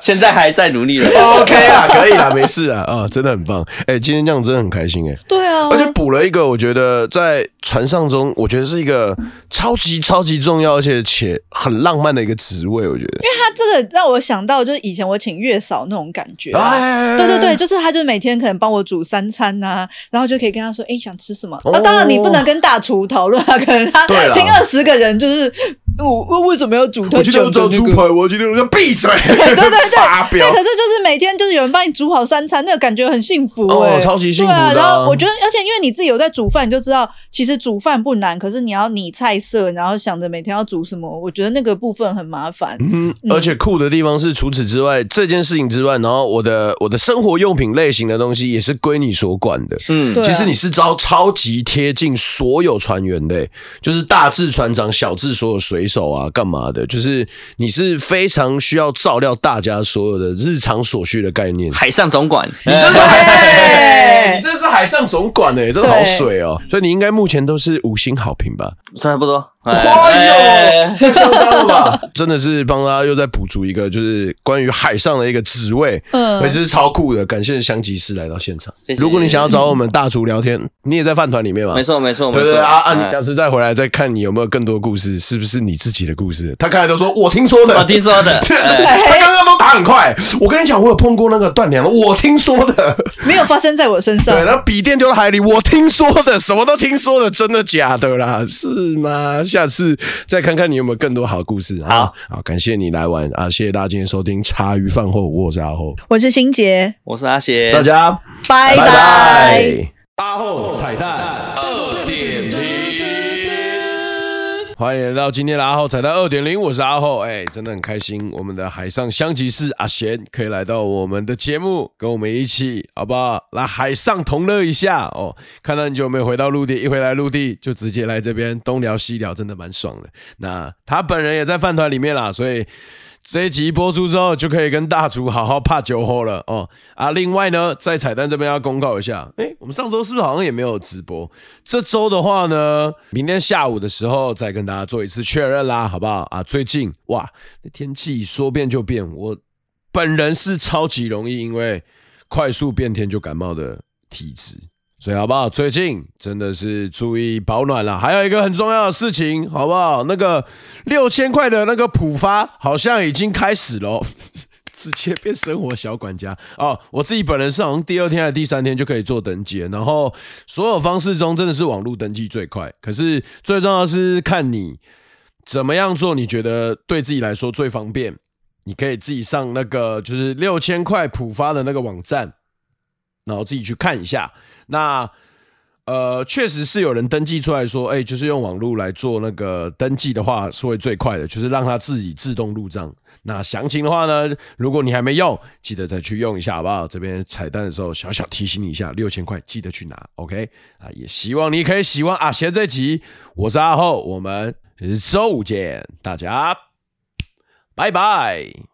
Speaker 4: 现在还在努力了。
Speaker 3: ？OK 啊，可以啦，没事啊，啊、真的很棒。哎、今天这样真的很开心哎、
Speaker 2: 对啊，
Speaker 3: 而且补了一个，我觉得在船上中，我觉得是一个超级超级重要，而且且很浪漫的一个职位，我觉得。
Speaker 2: 他这个让我想到，就是以前我请月嫂那种感觉、啊。
Speaker 3: 哎
Speaker 2: 对对对，，就是他，就是每天可能帮我煮三餐呐、然后就可以跟他说，哎，想吃什么？
Speaker 3: 哦
Speaker 2: 啊，当然你不能跟大厨讨论啊，可能他
Speaker 3: 对啦
Speaker 2: 听二十个人就是，我我为什么要煮他
Speaker 3: 我今天
Speaker 2: 讲
Speaker 3: 要
Speaker 2: 的
Speaker 3: 招
Speaker 2: 那
Speaker 3: 猪
Speaker 2: 个？
Speaker 3: 排，我今天要闭嘴，
Speaker 2: 对对对
Speaker 3: 发
Speaker 2: 对，
Speaker 3: 飙
Speaker 2: 可是。就是每天就是有人帮你煮好三餐，那个感觉很幸福
Speaker 3: 哦
Speaker 2: 哎、
Speaker 3: 超级幸福的啊
Speaker 2: 对啊，然后我觉得，而且因为你自己有在煮饭，你就知道其实煮饭不难，可是你要拟菜色，然后想着每天要煮什么，我觉得那个部分很麻烦。
Speaker 3: 嗯，而且酷的地方是，除此之外，这件事情之外，然后我的我的生活用品类型的东西也是归你所管的。
Speaker 4: 嗯，
Speaker 2: 对啊
Speaker 3: 其实你是招超级贴近所有船员的、欸就是大至船长，小至所有水手啊，干嘛的？就是你是非常需要照料大家所有的日常所需的概 念。
Speaker 4: 海上总管，
Speaker 3: 你真是，
Speaker 2: 哎
Speaker 3: 你真是海上总管哎、真的好水哦、所以你应该目前都是五星好 评吧？
Speaker 4: 差不多。
Speaker 3: 哎
Speaker 4: 哎
Speaker 3: 呦，太嚣张了吧！真的是帮他又再补足一个，就是关于海上的一个职位，
Speaker 2: 嗯
Speaker 3: 也是超酷的。感谢香吉士来到现场。
Speaker 4: 谢谢
Speaker 3: 如果你想要找我们大厨聊天，你也在饭团里面嘛？
Speaker 4: 没。错没错没
Speaker 3: 对对
Speaker 4: 错
Speaker 3: 对啊啊！
Speaker 4: 哎
Speaker 3: 你下次再回来再看你有没有更多故事，是不是你自己的故事？他刚才都说我听说的，。
Speaker 4: 我哦听说的哎
Speaker 3: 他刚刚都打很快。我跟你讲，我有碰过那个断粮，我听说的。
Speaker 2: 没有发生在我身上
Speaker 3: 对，。那笔电丢到海里，我听说的，什么都听说的，真的假的啦？是吗？下次再看看你有没有更多好故事。好，好，感谢你来玩啊！谢谢大家今天收听茶余饭后，我是阿后，
Speaker 2: 我是欣杰，
Speaker 4: 我是阿邪，
Speaker 3: 大家
Speaker 2: 拜
Speaker 3: 拜
Speaker 2: 拜。
Speaker 3: 拜。阿后彩蛋二点零，欢迎来到今天的阿后彩蛋二点零，我是阿后，哎，真的很开心，我们的海上香吉士阿贤可以来到我们的节目，跟我们一起好不好？来海上同乐一下哦。看到很久没有回到陆地，一回来陆地就直接来这边东聊西聊，真的蛮爽的。那他本人也在饭团里面啦，所以。这一集播出之后，就可以跟大厨好好怕酒后了哦啊！另外呢，在彩蛋这边要公告一下，诶，我们上周是不是好像也没有直播？这周的话呢，明天下午的时候再跟大家做一次确认啦，好不好啊？最近哇，那天气说变就变，我本人是超级容易因为快速变天就感冒的体质。所以好不好？最近真的是注意保暖啦。还有一个很重要的事情，好不好？那个六千块的那个浦发好像已经开始喽。直接变生活小管家哦！我自己本人是好像第二天还是第三天就可以做登记了，然后所有方式中真的是网络登记最快，可是最重要的是看你怎么样做，你觉得对自己来说最方便，你可以自己上那个就是六千块浦发的那个网站，然后自己去看一下。那呃，确实是有人登记出来说，哎、就是用网络来做那个登记的话，是会最快的，就是让它自己自动入账。那详情的话呢，如果你还没用，记得再去用一下，好不好？这边彩蛋的时候小小提醒你一下，六千块记得去拿，OK？啊，也希望你可以喜欢阿贤这集，我是阿厚，我们周五见，大家拜拜。